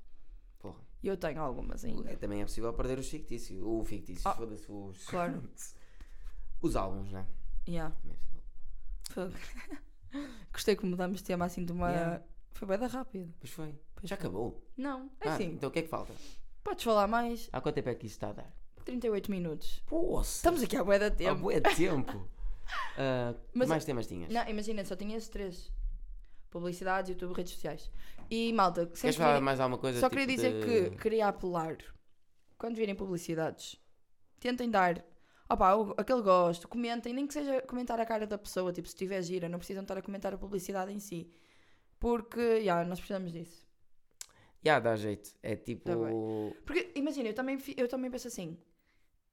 B: Porra.
A: E eu tenho algumas ainda.
B: É, também é possível perder os fictícios. O fictício,
A: Ah,
B: foda-se. Os...
A: claro.
B: Os álbuns, né? [laughs]
A: Yeah.
B: Também é possível.
A: Fogo. Gostei que mudámos de tema assim de uma.
B: Yeah.
A: Foi bem da rápido.
B: Pois foi.
A: Pois
B: Já
A: foi.
B: acabou.
A: Não, é
B: Ah,
A: assim.
B: então o que é que falta?
A: Podes falar mais.
B: Há quanto tempo é que isto está a dar?
A: 38 minutos.
B: Poxa!
A: Estamos aqui à boa da
B: Há
A: tempo.
B: bué de
A: [laughs]
B: tempo! Ah,
A: Mas-
B: mais temas tinhas?
A: Não, imagina, só tinha esses três: publicidade, YouTube, redes sociais. E malta, sempre
B: Queres falar
A: virem-
B: mais alguma coisa?
A: Só
B: tipo,
A: queria dizer
B: de-
A: que queria apelar quando virem publicidades, tentem dar opá, o- aquele gosto, comentem, nem que seja comentar a cara da pessoa, tipo, se tiver gira, não precisam estar a comentar a publicidade em si. Porque, já, nós precisamos disso.
B: Já, dá jeito. É tipo.
A: Tá Porque, imagina, eu também, fi- eu também penso assim,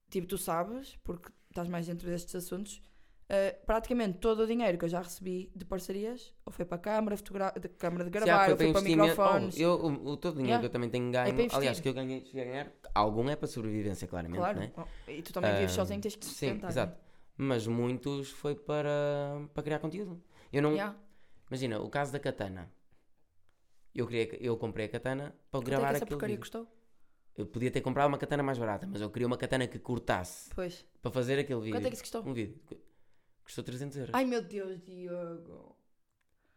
A: tipo, tu sabes, porque estás mais dentro destes assuntos, eh, praticamente todo o dinheiro que eu já recebi de parcerias, ou foi para a câmara, fotogra- de câmara de
B: se há
A: gravar,
B: foi
A: ou foi para
B: investimento-
A: microfones.
B: Oh, eu, o, o todo o dinheiro
A: Yeah.
B: que eu também tenho
A: É
B: ganho.
A: para investir.
B: aliás, que eu ganhei, cheguei a ganhar. Algum é para sobrevivência, claramente.
A: Claro, né?
B: Né?
A: oh, e tu também vives
B: Ahm,
A: sozinho, tens que te
B: Sim,
A: sustentar.
B: exato. Mas muitos foi para, para criar conteúdo. Eu não.
A: Yeah.
B: Imagina, o caso da katana. Eu, queria, eu comprei a katana para
A: Quanto é
B: gravar
A: que essa
B: aquele
A: porcaria
B: vídeo.
A: custou?
B: Eu podia ter comprado uma katana mais barata, mas eu queria uma katana que cortasse
A: Pois.
B: para fazer aquele vídeo.
A: Quanto é que isso custou?
B: Um vídeo. Custou 300 euros.
A: Ai meu Deus, Diogo.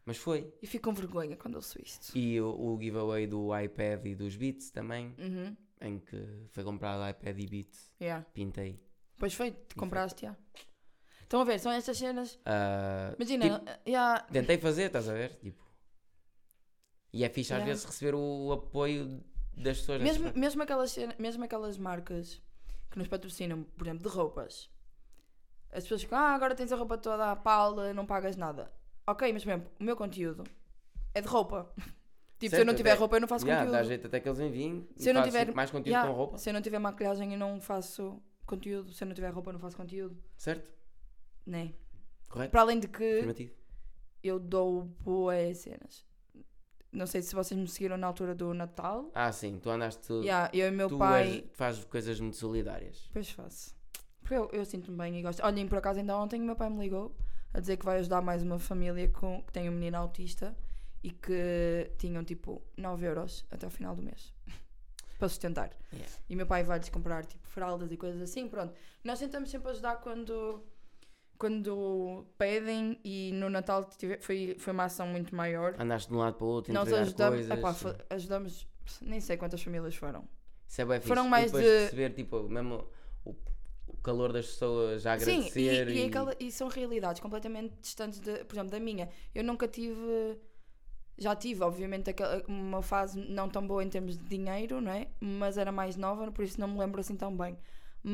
B: Mas foi.
A: Eu fico com vergonha quando ouço isto.
B: E o, o giveaway do iPad e dos Beats também,
A: Uhum.
B: em que foi comprado iPad e é Beats.
A: Yeah.
B: Pintei.
A: Pois foi, te compraste, já. Estão a ver, são estas cenas.
B: Ah,
A: Imagina, yeah,
B: tentei fazer, estás a ver? Tipo. E é fixe às
A: Yeah.
B: vezes receber o apoio das pessoas. é? Tipo, nessas
A: mesmo,
B: coisas.
A: mesmo, aquelas cena- mesmo aquelas marcas que nos patrocinam, por exemplo, de roupas. As pessoas ficam, ah, agora tens a roupa toda à pala, não pagas nada. Ok, mas por exemplo, o meu conteúdo é de roupa. [laughs] Tipo, se eu
B: Certo,
A: não tiver
B: até-
A: roupa, eu não faço
B: Yeah, dá
A: conteúdo.
B: jeito até que eles enviem.
A: Se eu não
B: faço
A: tiver-
B: mais conteúdo
A: Yeah,
B: com roupa,
A: Se eu não tiver maquilhagem, eu não faço conteúdo. Se eu não tiver roupa, eu não faço conteúdo.
B: certo?
A: Né?
B: Correto?
A: Para além de que
B: Afirmativo.
A: eu dou boas cenas. Não sei se vocês me seguiram na altura do Natal.
B: Ah, sim, tu andaste. Tu,
A: Yeah, eu e meu
B: tu
A: pai.
B: és- fazes coisas muito solidárias.
A: Pois faço. Porque eu, eu sinto-me bem e gosto. Olhem, por acaso, ainda ontem o meu pai me ligou a dizer que vai ajudar mais uma família com, que tem um menino autista e que tinham tipo 9 euros até o final do mês [laughs] para sustentar.
B: Yeah.
A: E meu pai vai-lhes comprar tipo fraldas e coisas assim. Pronto, nós tentamos sempre ajudar quando, quando pedem e no Natal tive- foi, foi uma ação muito maior.
B: Andaste de um lado para o outro,
A: nós
B: entregar
A: ajudamos,
B: coisas.
A: epá, fa- ajudamos, nem sei quantas famílias foram.
B: Isso é bem fixe.
A: Foram
B: E
A: mais
B: depois
A: de-
B: perceber, tipo, mesmo o, o calor das pessoas a agradecer.
A: Sim, e, e
B: e-
A: aquela- e são realidades completamente distantes, de, por exemplo, da minha. Eu nunca tive. Já tive, obviamente, aquela- uma fase não tão boa em termos de dinheiro, não é? Mas era mais nova, por isso não me lembro assim tão bem.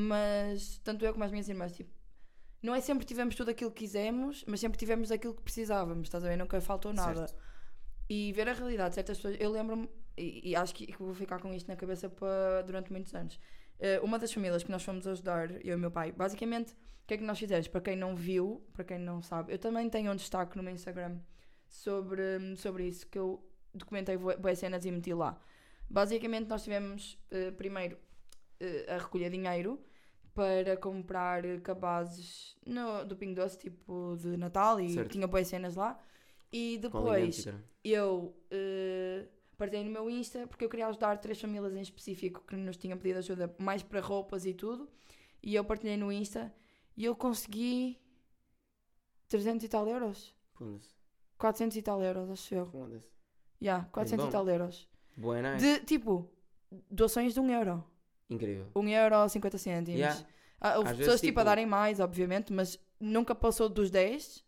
A: Mas, tanto eu como as minhas irmãs, tipo, não é sempre tivemos tudo aquilo que quisemos, mas sempre tivemos aquilo que precisávamos, estás a ver? Nunca faltou nada.
B: Certo.
A: E ver a realidade de certas pessoas. Eu lembro-me, e, e acho que, que vou ficar com isto na cabeça para, durante muitos anos. Eh, uma das famílias que nós fomos ajudar, eu e o meu pai, basicamente, o que é que nós fizemos? Para quem não viu, para quem não sabe, eu também tenho um destaque no meu Instagram sobre, sobre isso, que eu documentei boas cenas e meti lá. Basicamente, nós tivemos eh, primeiro eh, a recolher dinheiro para comprar eh, cabazes no, do Pingo Doce, tipo de Natal, e
B: Certo.
A: tinha boas cenas lá. E
B: Com alimentos
A: depois
B: e caralho.
A: eu eh, partilhei no meu Insta porque eu queria ajudar três famílias em específico que nos tinham pedido ajuda mais para roupas e tudo. E eu partilhei no Insta e eu consegui 300 e tal euros.
B: Foda-se.
A: 400 e tal euros, acho eu.
B: Foda-se. é?
A: Já, 400
B: bom.
A: e tal euros.
B: Boa night.
A: De tipo, doações de um euro.
B: Incrível.
A: um euro 50 cêntimos.
B: Yeah.
A: Ah, houve
B: Às vezes,
A: pessoas tipo, a
B: tipo-
A: darem mais, obviamente, mas nunca passou dos 10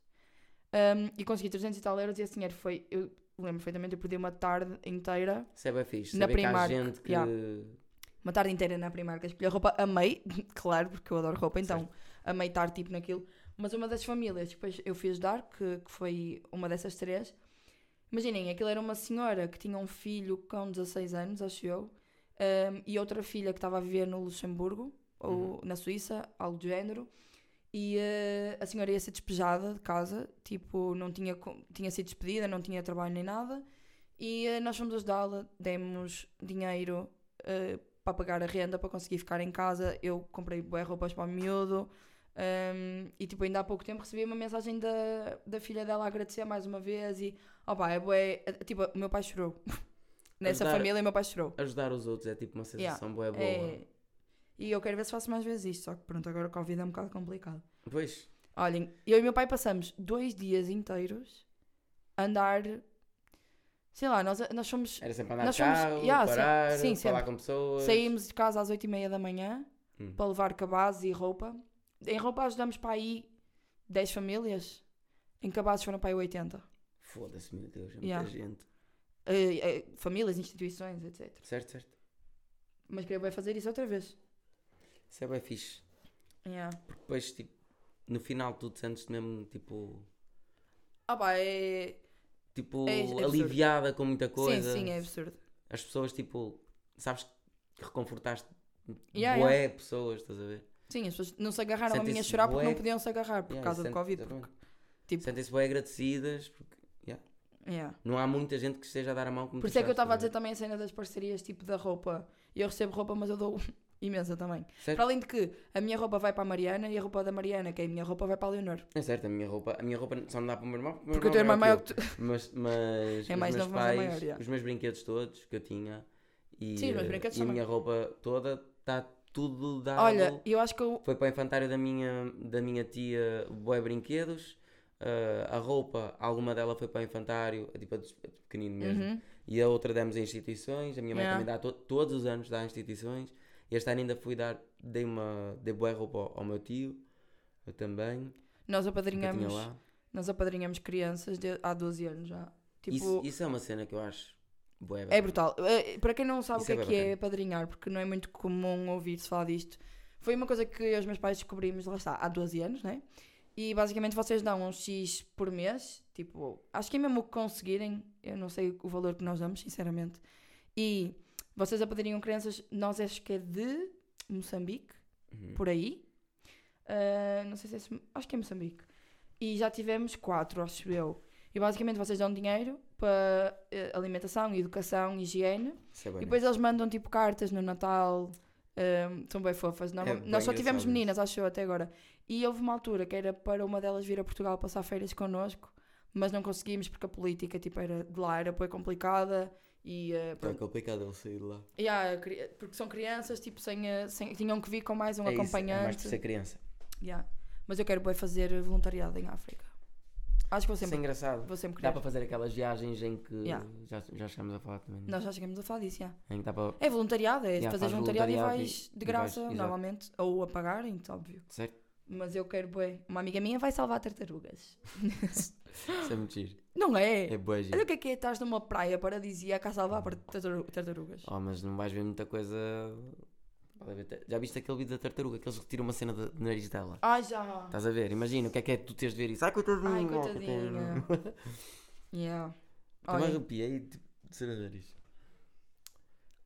A: ahm, e consegui 300 e tal euros e esse dinheiro foi. Eu lembro perfeitamente, eu perdi uma tarde inteira,
B: Isso é bem fixe.
A: Na
B: Saber que há
A: Primark,
B: gente que.
A: yeah. uma tarde inteira na Primark a escolher roupa, amei, [laughs] claro, porque eu adoro roupa, então amei estar tipo naquilo. Mas uma das famílias que depois eu fiz dar, que, que foi uma dessas três, imaginem, aquilo era uma senhora que tinha um filho com 16 anos, acho eu, ahm, e outra filha que estava a viver no Luxemburgo, ou
B: Uhum.
A: na Suíça, algo do género, e eh, a senhora ia ser despejada de casa, tipo, não tinha, co- tinha sido despedida, não tinha trabalho nem nada, e eh, nós fomos ajudá-la, demos dinheiro eh, para pagar a renda, para conseguir ficar em casa, eu comprei bué roupas para o miúdo, um, e tipo, ainda há pouco tempo recebi uma mensagem da, da filha dela a agradecer mais uma vez e opá, é bué, tipo, o meu pai chorou. [laughs] Nessa
B: Ajudar-
A: família o meu pai chorou.
B: Ajudar os outros é tipo uma sensação boa boa.
A: É, e eu quero ver se faço mais vezes isto, só que pronto, agora o Covid é um bocado complicado.
B: Pois.
A: Olhem, eu e meu pai passamos dois dias inteiros a andar, sei lá, nós, nós fomos,
B: Era sempre andar
A: Nós
B: de
A: fomos-
B: carro,
A: yeah, se-
B: parar,
A: sim,
B: falar
A: sempre.
B: com pessoas.
A: saímos de casa às oito e meia da manhã
B: Hum.
A: para levar cabazes e roupa. Em roupa ajudamos para aí 10 famílias, em cabazes foram para aí 80.
B: Foda-se, meu Deus, é muita
A: Yeah.
B: gente.
A: eh, eh, famílias, instituições, etc.
B: Certo, certo.
A: Mas queria bem fazer isso outra vez.
B: Isso é bem fixe.
A: Yeah.
B: Porque depois, tipo, no final tu te sentes mesmo, tipo,
A: Ah pá, é...
B: tipo
A: É absurdo.
B: aliviada com muita
A: Sim,
B: coisa.
A: sim, é absurdo.
B: As pessoas, tipo, sabes que reconfortaste
A: Yeah,
B: bué pessoas, estás a ver?
A: Sim, as pessoas não se agarraram a mim a
B: Sentem-se
A: chorar porque
B: bué.
A: não podiam se agarrar por
B: Yeah,
A: causa do
B: sente-
A: Covid.
B: exatamente.
A: tipo-
B: Sentem-se bem agradecidas porque
A: Yeah.
B: não há muita gente que esteja a dar a mão como
A: Por
B: tu
A: isso é que eu estava
B: sabes,
A: a dizer
B: estás
A: também a cena das parcerias, tipo da roupa. Eu recebo roupa, mas eu dou [laughs] imensa também.
B: ver? Certo?
A: Para além de que a minha roupa vai para a Mariana e a roupa da Mariana, que é a minha roupa, vai para a Leonor.
B: É certo, a minha roupa, a minha roupa só não dá para o meu irmão.
A: Porque o teu irmão é maior que tu.
B: Mas,
A: [laughs]
B: mas
A: É mais
B: os meus
A: novo, mas é
B: pais,
A: maior, já.
B: os meus brinquedos todos que eu tinha e,
A: Sim, os meus
B: eh,
A: brinquedos
B: e a
A: também.
B: minha roupa toda está tudo dado.
A: Olha, eu acho que eu.
B: Foi para o infantário da minha, da minha tia Boé Brinquedos. eh, a roupa, alguma dela foi para o infantário, tipo a dos a do pequenino mesmo.
A: Uhum.
B: E a outra demos a instituições. A minha mãe
A: Yeah.
B: também dá to- todos os anos dá a instituições. Este ano ainda fui dar, dei uma dei boa roupa ao, ao meu tio. Eu também.
A: Nós
B: que eu tinha
A: apadrinhamos,
B: lá.
A: nós apadrinhamos crianças de- há 12 anos já. Tipo,
B: isso, isso é uma cena que eu acho boa.
A: É brutal. Eh, Para quem não sabe
B: Isso
A: o que
B: é
A: é, que
B: bem
A: é padrinhar, porque não é muito comum ouvir-se falar disto, foi uma coisa que eu e os meus pais descobrimos, lá está, há 12 anos, né? E E basicamente vocês dão um X por mês, tipo, acho que é mesmo o que conseguirem, eu não sei o valor que nós damos, sinceramente. E vocês apadrinham crianças, nós acho que é de Moçambique,
B: Uhum.
A: por aí. Ah, não sei se é. Som- Acho que é Moçambique. E já tivemos quatro, acho eu. E basicamente vocês dão dinheiro para eh, alimentação, educação, higiene.
B: Isso é
A: E
B: bué
A: depois eles mandam tipo cartas no Natal. ahm, são bem fofas. Normal-
B: bué
A: Nós só
B: É, engraçado
A: tivemos
B: isso.
A: meninas, acho eu, até agora. E houve uma altura que era para uma delas vir a Portugal passar férias connosco, mas não conseguimos porque a política tipo, era de lá era bem complicada. E eh,
B: nice. É
A: pronto.
B: complicado ele sair de lá.
A: Yeah, cri- porque são crianças, tipo, sem, eh, sem- tinham que vir com mais um
B: é isso, é mais
A: acompanhante.
B: por ser criança.
A: Yeah. Mas eu quero bem fazer voluntariado em África. Acho que vou
B: Isso é
A: sempre,
B: engraçado.
A: vou sempre
B: Dá
A: querer.
B: para fazer aquelas viagens em que
A: Yeah.
B: já, já chegámos a falar também. disso.
A: Nós já chegamos a falar disso, yeah.
B: Em que dá para.
A: É voluntariado, é
B: Yeah,
A: fazer
B: faz
A: voluntariado,
B: voluntariado
A: e
B: e-
A: vais de
B: e
A: graça,
B: vais- exato.
A: normalmente. Ou a pagarem, óbvio.
B: Certo?
A: Mas eu quero bem. Uma amiga minha vai salvar tartarugas.
B: Isso é muito giro.
A: Não é?
B: É boa
A: Olha
B: giro.
A: o que é que é estás numa praia paradisíaca a salvar par- tartaru- tartarugas.
B: Oh, mas não vais ver muita coisa. Pode haver ta- Já viste aquele vídeo da tartaruga que eles retiram uma cena do do nariz dela?
A: Ai, Ah, já.
B: Estás a ver? Imagina o que é que é tu teres de ver isso. Ai, coitadinho!
A: Ai,
B: oh, coitadinho. [laughs]
A: coitadinha. yeah.
B: Também
A: Olha,
B: arrepiei tipo, de ser a ver isto.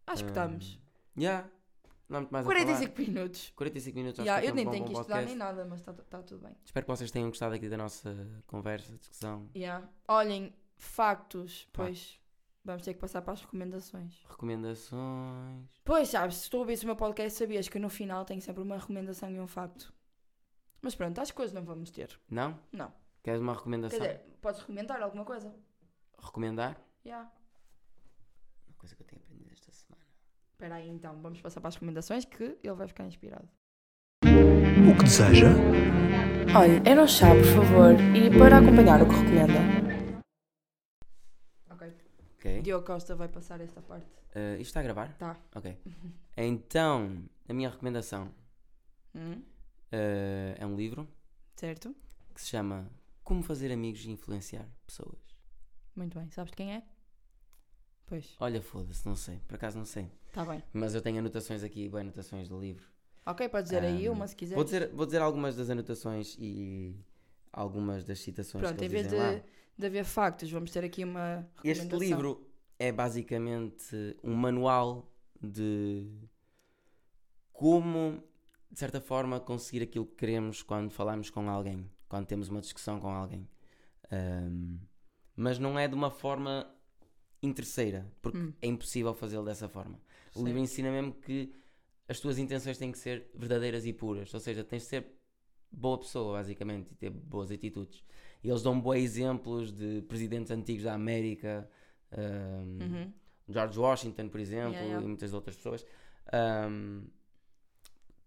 A: acho que estamos.
B: Já. Não há muito mais a Ah, um falar.
A: 45 minutos.
B: 45 minutos. acho
A: Yeah,
B: que
A: eu
B: foi um
A: nem
B: bom-
A: tenho
B: bom
A: que estudar nem
B: podcast.
A: nada, mas está tudo bem.
B: Espero que vocês tenham gostado aqui da nossa conversa, discussão,
A: Yeah. Olhem, factos, pois vamos ter que passar para as recomendações.
B: recomendações.
A: Pois sabes, se tu ouvisse o meu podcast, sabias que no final tenho sempre uma recomendação e um facto. Mas pronto, acho que hoje não vamos ter.
B: Não?
A: Não.
B: Queres uma
A: Quer
B: recomendação?
A: dizer, podes recomendar alguma coisa.
B: Recomendar?
A: Yeah.
B: Uma coisa que eu tenho aprendido esta semana.
A: Espera aí então, vamos passar para as recomendações que ele vai ficar inspirado.
D: O que deseja?
A: Olha, era um chá, por favor, e para acompanhar o que recomenda. Ok.
B: Ok.
A: Diogo Costa vai passar esta parte.
B: Eh, isto está a gravar?
A: Tá.
B: Ok. Então, a minha recomendação
A: Hum,
B: eh, é um livro
A: certo?
B: que se chama Como Fazer Amigos e Influenciar Pessoas.
A: Muito bem. Sabes de quem é? Pois,
B: Olha, foda-se, não sei. Por acaso não sei.
A: está bem.
B: Mas eu tenho anotações aqui, bem, anotações do livro.
A: Ok, podes dizer aí
B: Ahm,
A: uma se quiser.
B: Vou dizer, vou dizer algumas das anotações e algumas das citações
A: Pronto,
B: que
A: em
B: eles
A: vez
B: dizem lá.
A: de, de haver factos, vamos ter aqui uma
B: Este
A: recomendação.
B: livro é basicamente um manual de como, de certa forma, conseguir aquilo que queremos quando falamos com alguém, quando temos uma discussão com alguém. Ahm, mas não é de uma forma interesseira, porque
A: Hum.
B: é impossível fazê-lo dessa forma. O
A: Sim.
B: livro ensina mesmo que as tuas intenções têm que ser verdadeiras e puras, ou seja, tens de ser boa pessoa, basicamente, e ter boas atitudes. E eles dão bons exemplos de presidentes antigos da América, ahm,
A: Uhum.
B: George Washington, por exemplo,
A: Yeah, yeah.
B: e muitas outras pessoas, ahm,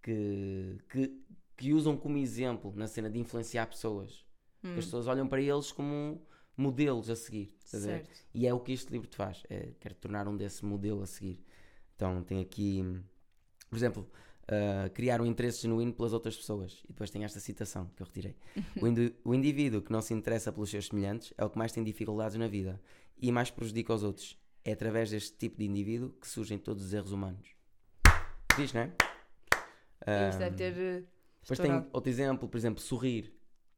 B: que, que, que usam como exemplo na cena de influenciar pessoas.
A: Hum,
B: As pessoas olham para eles como modelos a seguir. estás a ver?
A: certo.
B: E é o que este livro te faz. É, quero tornar um desse modelo a seguir. Então tem aqui, hum, por exemplo, ah, criar um interesse genuíno pelas outras pessoas. E depois tem esta citação que eu
A: [laughs]
B: retirei. o, indi- o indivíduo que não se interessa pelos seus semelhantes é o que mais tem dificuldades na vida e mais prejudica os outros. É através deste tipo de indivíduo que surgem todos os erros humanos. Diz, não é?
A: E Isto
B: Ahm,
A: deve ter. eh,
B: Depois tem
A: estourado.
B: outro exemplo, por exemplo, sorrir.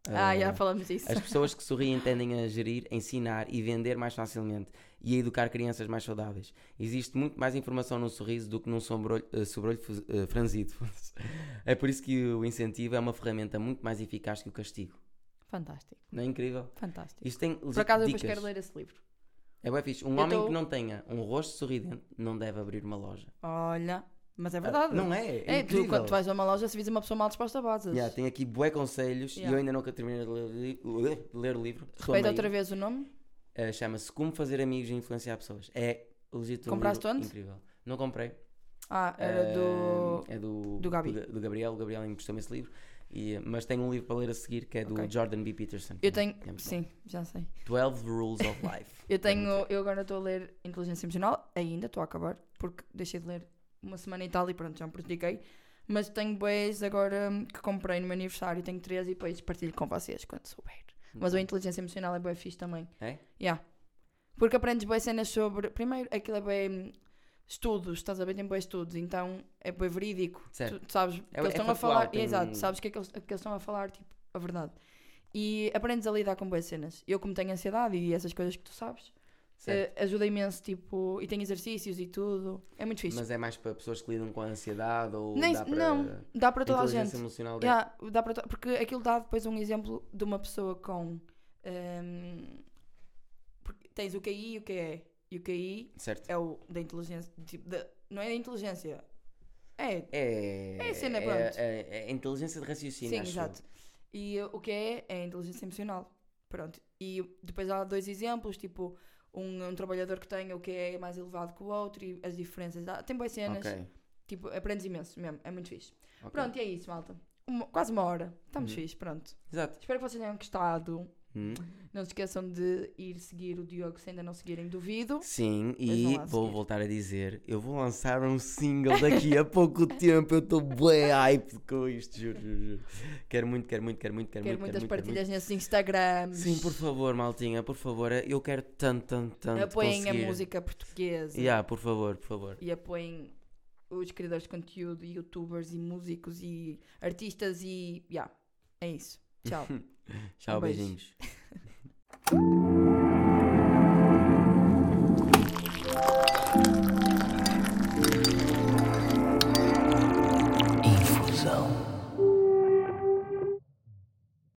A: Ah,
B: Ah,
A: já falamos disso.
B: as pessoas que sorriem tendem a gerir, ensinar e vender mais facilmente e a educar crianças mais saudáveis. Existe muito mais informação num sorriso do que num sobrolho, eh, sobrolho fu- eh, franzido. [laughs] é por isso que o incentivo é uma ferramenta muito mais eficaz que o castigo.
A: Fantástico,
B: Não é incrível?
A: fantástico.
B: Isto tem
A: Por acaso, eu
B: dicas.
A: depois quero ler esse livro.
B: É bem fixe. Um
A: Eu
B: homem
A: tô-
B: que não tenha um rosto sorridente não deve abrir uma loja.
A: Olha, mas é
B: Ah,
A: verdade.
B: Não é?
A: É, tu
B: incrível.
A: quando tu vais a uma loja, se vis uma pessoa mal disposta, bases.
B: Yeah, tem aqui bué conselhos e
A: Yeah.
B: eu ainda nunca terminei de ler, li- ler o livro. Estou a
A: Respeita
B: meio.
A: outra vez o nome.
B: Uh, Chama-se Como Fazer Amigos e Influenciar Pessoas. É legítimo.
A: Compraste onde?
B: Incrível. Não comprei.
A: Ah, era
B: Uh,
A: do.
B: É do,
A: do Gabi.
B: Ga- do Gabriel. O Gabriel emprestou-me esse livro. E, uh, mas tenho um livro para ler a seguir que é do
A: Ok.
B: Jordan B. Peterson.
A: Eu tenho.
B: É muito bom.
A: Sim, já sei.
B: 12 Rules of Life.
A: [laughs] Eu
B: É muito
A: tenho. Eu agora estou a ler Inteligência Emocional, ainda estou a acabar, porque deixei de ler uma semana e tal e pronto, já me prejudiquei. Mas tenho boés agora hum, que comprei no meu aniversário, tenho três e depois partilho com vocês quando souber. Mas a inteligência emocional é bem fixe também.
B: É?
A: Yeah. Porque aprendes boas cenas sobre. Primeiro, aquilo é bem estudos, estás a ver? Tem boas estudos, então é bem verídico.
B: Certo.
A: Tu, tu sabes o que
B: É-
A: eles
B: é
A: estão a
B: factual,
A: falar.
B: tem
A: Exato,
B: um-
A: sabes o que é que eles, o que eles estão a falar, tipo, a verdade. E aprendes a lidar com boas cenas. Eu, como tenho ansiedade e essas coisas que tu sabes,
B: certo?
A: eh, ajuda imenso, tipo, e tem exercícios e tudo. É muito fixe.
B: Mas é mais para pessoas que lidam com a ansiedade ou
A: Nem-
B: dá para
A: Não, dá para toda a
B: inteligência
A: gente.
B: emocional dela.
A: Yeah, dá para to- porque aquilo dá depois um exemplo de uma pessoa com. ehm, porque tens o QI e o QE. E o QI
B: Certo.
A: é o da inteligência. Tipo, da- não é da inteligência. É,
B: É,
A: É a cena,
B: é-
A: pronto.
B: é- é a inteligência de raciocínio.
A: sim,
B: acho eu.
A: exato. E eh, o QE é a inteligência emocional. Pronto. E depois há dois exemplos, tipo, um, um trabalhador que tem o QE mais elevado que o outro e as diferenças. Há- Tem boas cenas.
B: Ok,
A: Tipo, aprendes imenso mesmo. É muito fixe.
B: ok.
A: Pronto, e é isso, malta. Uma- quase uma hora. Estamos
B: Uhum.
A: fixe, pronto.
B: Exato.
A: Espero que vocês tenham gostado.
B: Hum.
A: Não se esqueçam de ir seguir o Diogo se ainda não seguirem, duvido.
B: Sim,
A: Mas vão
B: e
A: lá
B: vou
A: seguir.
B: voltar a dizer, eu vou lançar um single daqui a pouco tempo, eu estou bem hype com isto, juro, juro, juro. Quero muito, quero muito, quero É muito, quero,
A: Quero
B: muito,
A: muitas
B: quero muito, quero
A: partilhas nesses Instagrams.
B: muito. Sim, por favor, maltinha, por favor, eu quero tanto, tanto, tanto
A: apoiem
B: conseguir.
A: a música portuguesa
B: Yeah, por favor, por favor.
A: e apoiem os criadores de conteúdo, e youtubers e músicos e artistas e. Yeah, é isso.
B: [laughs]
A: Tchau.
B: Tchau,
A: Um beijo.
B: beijinhos.
D: Infusão.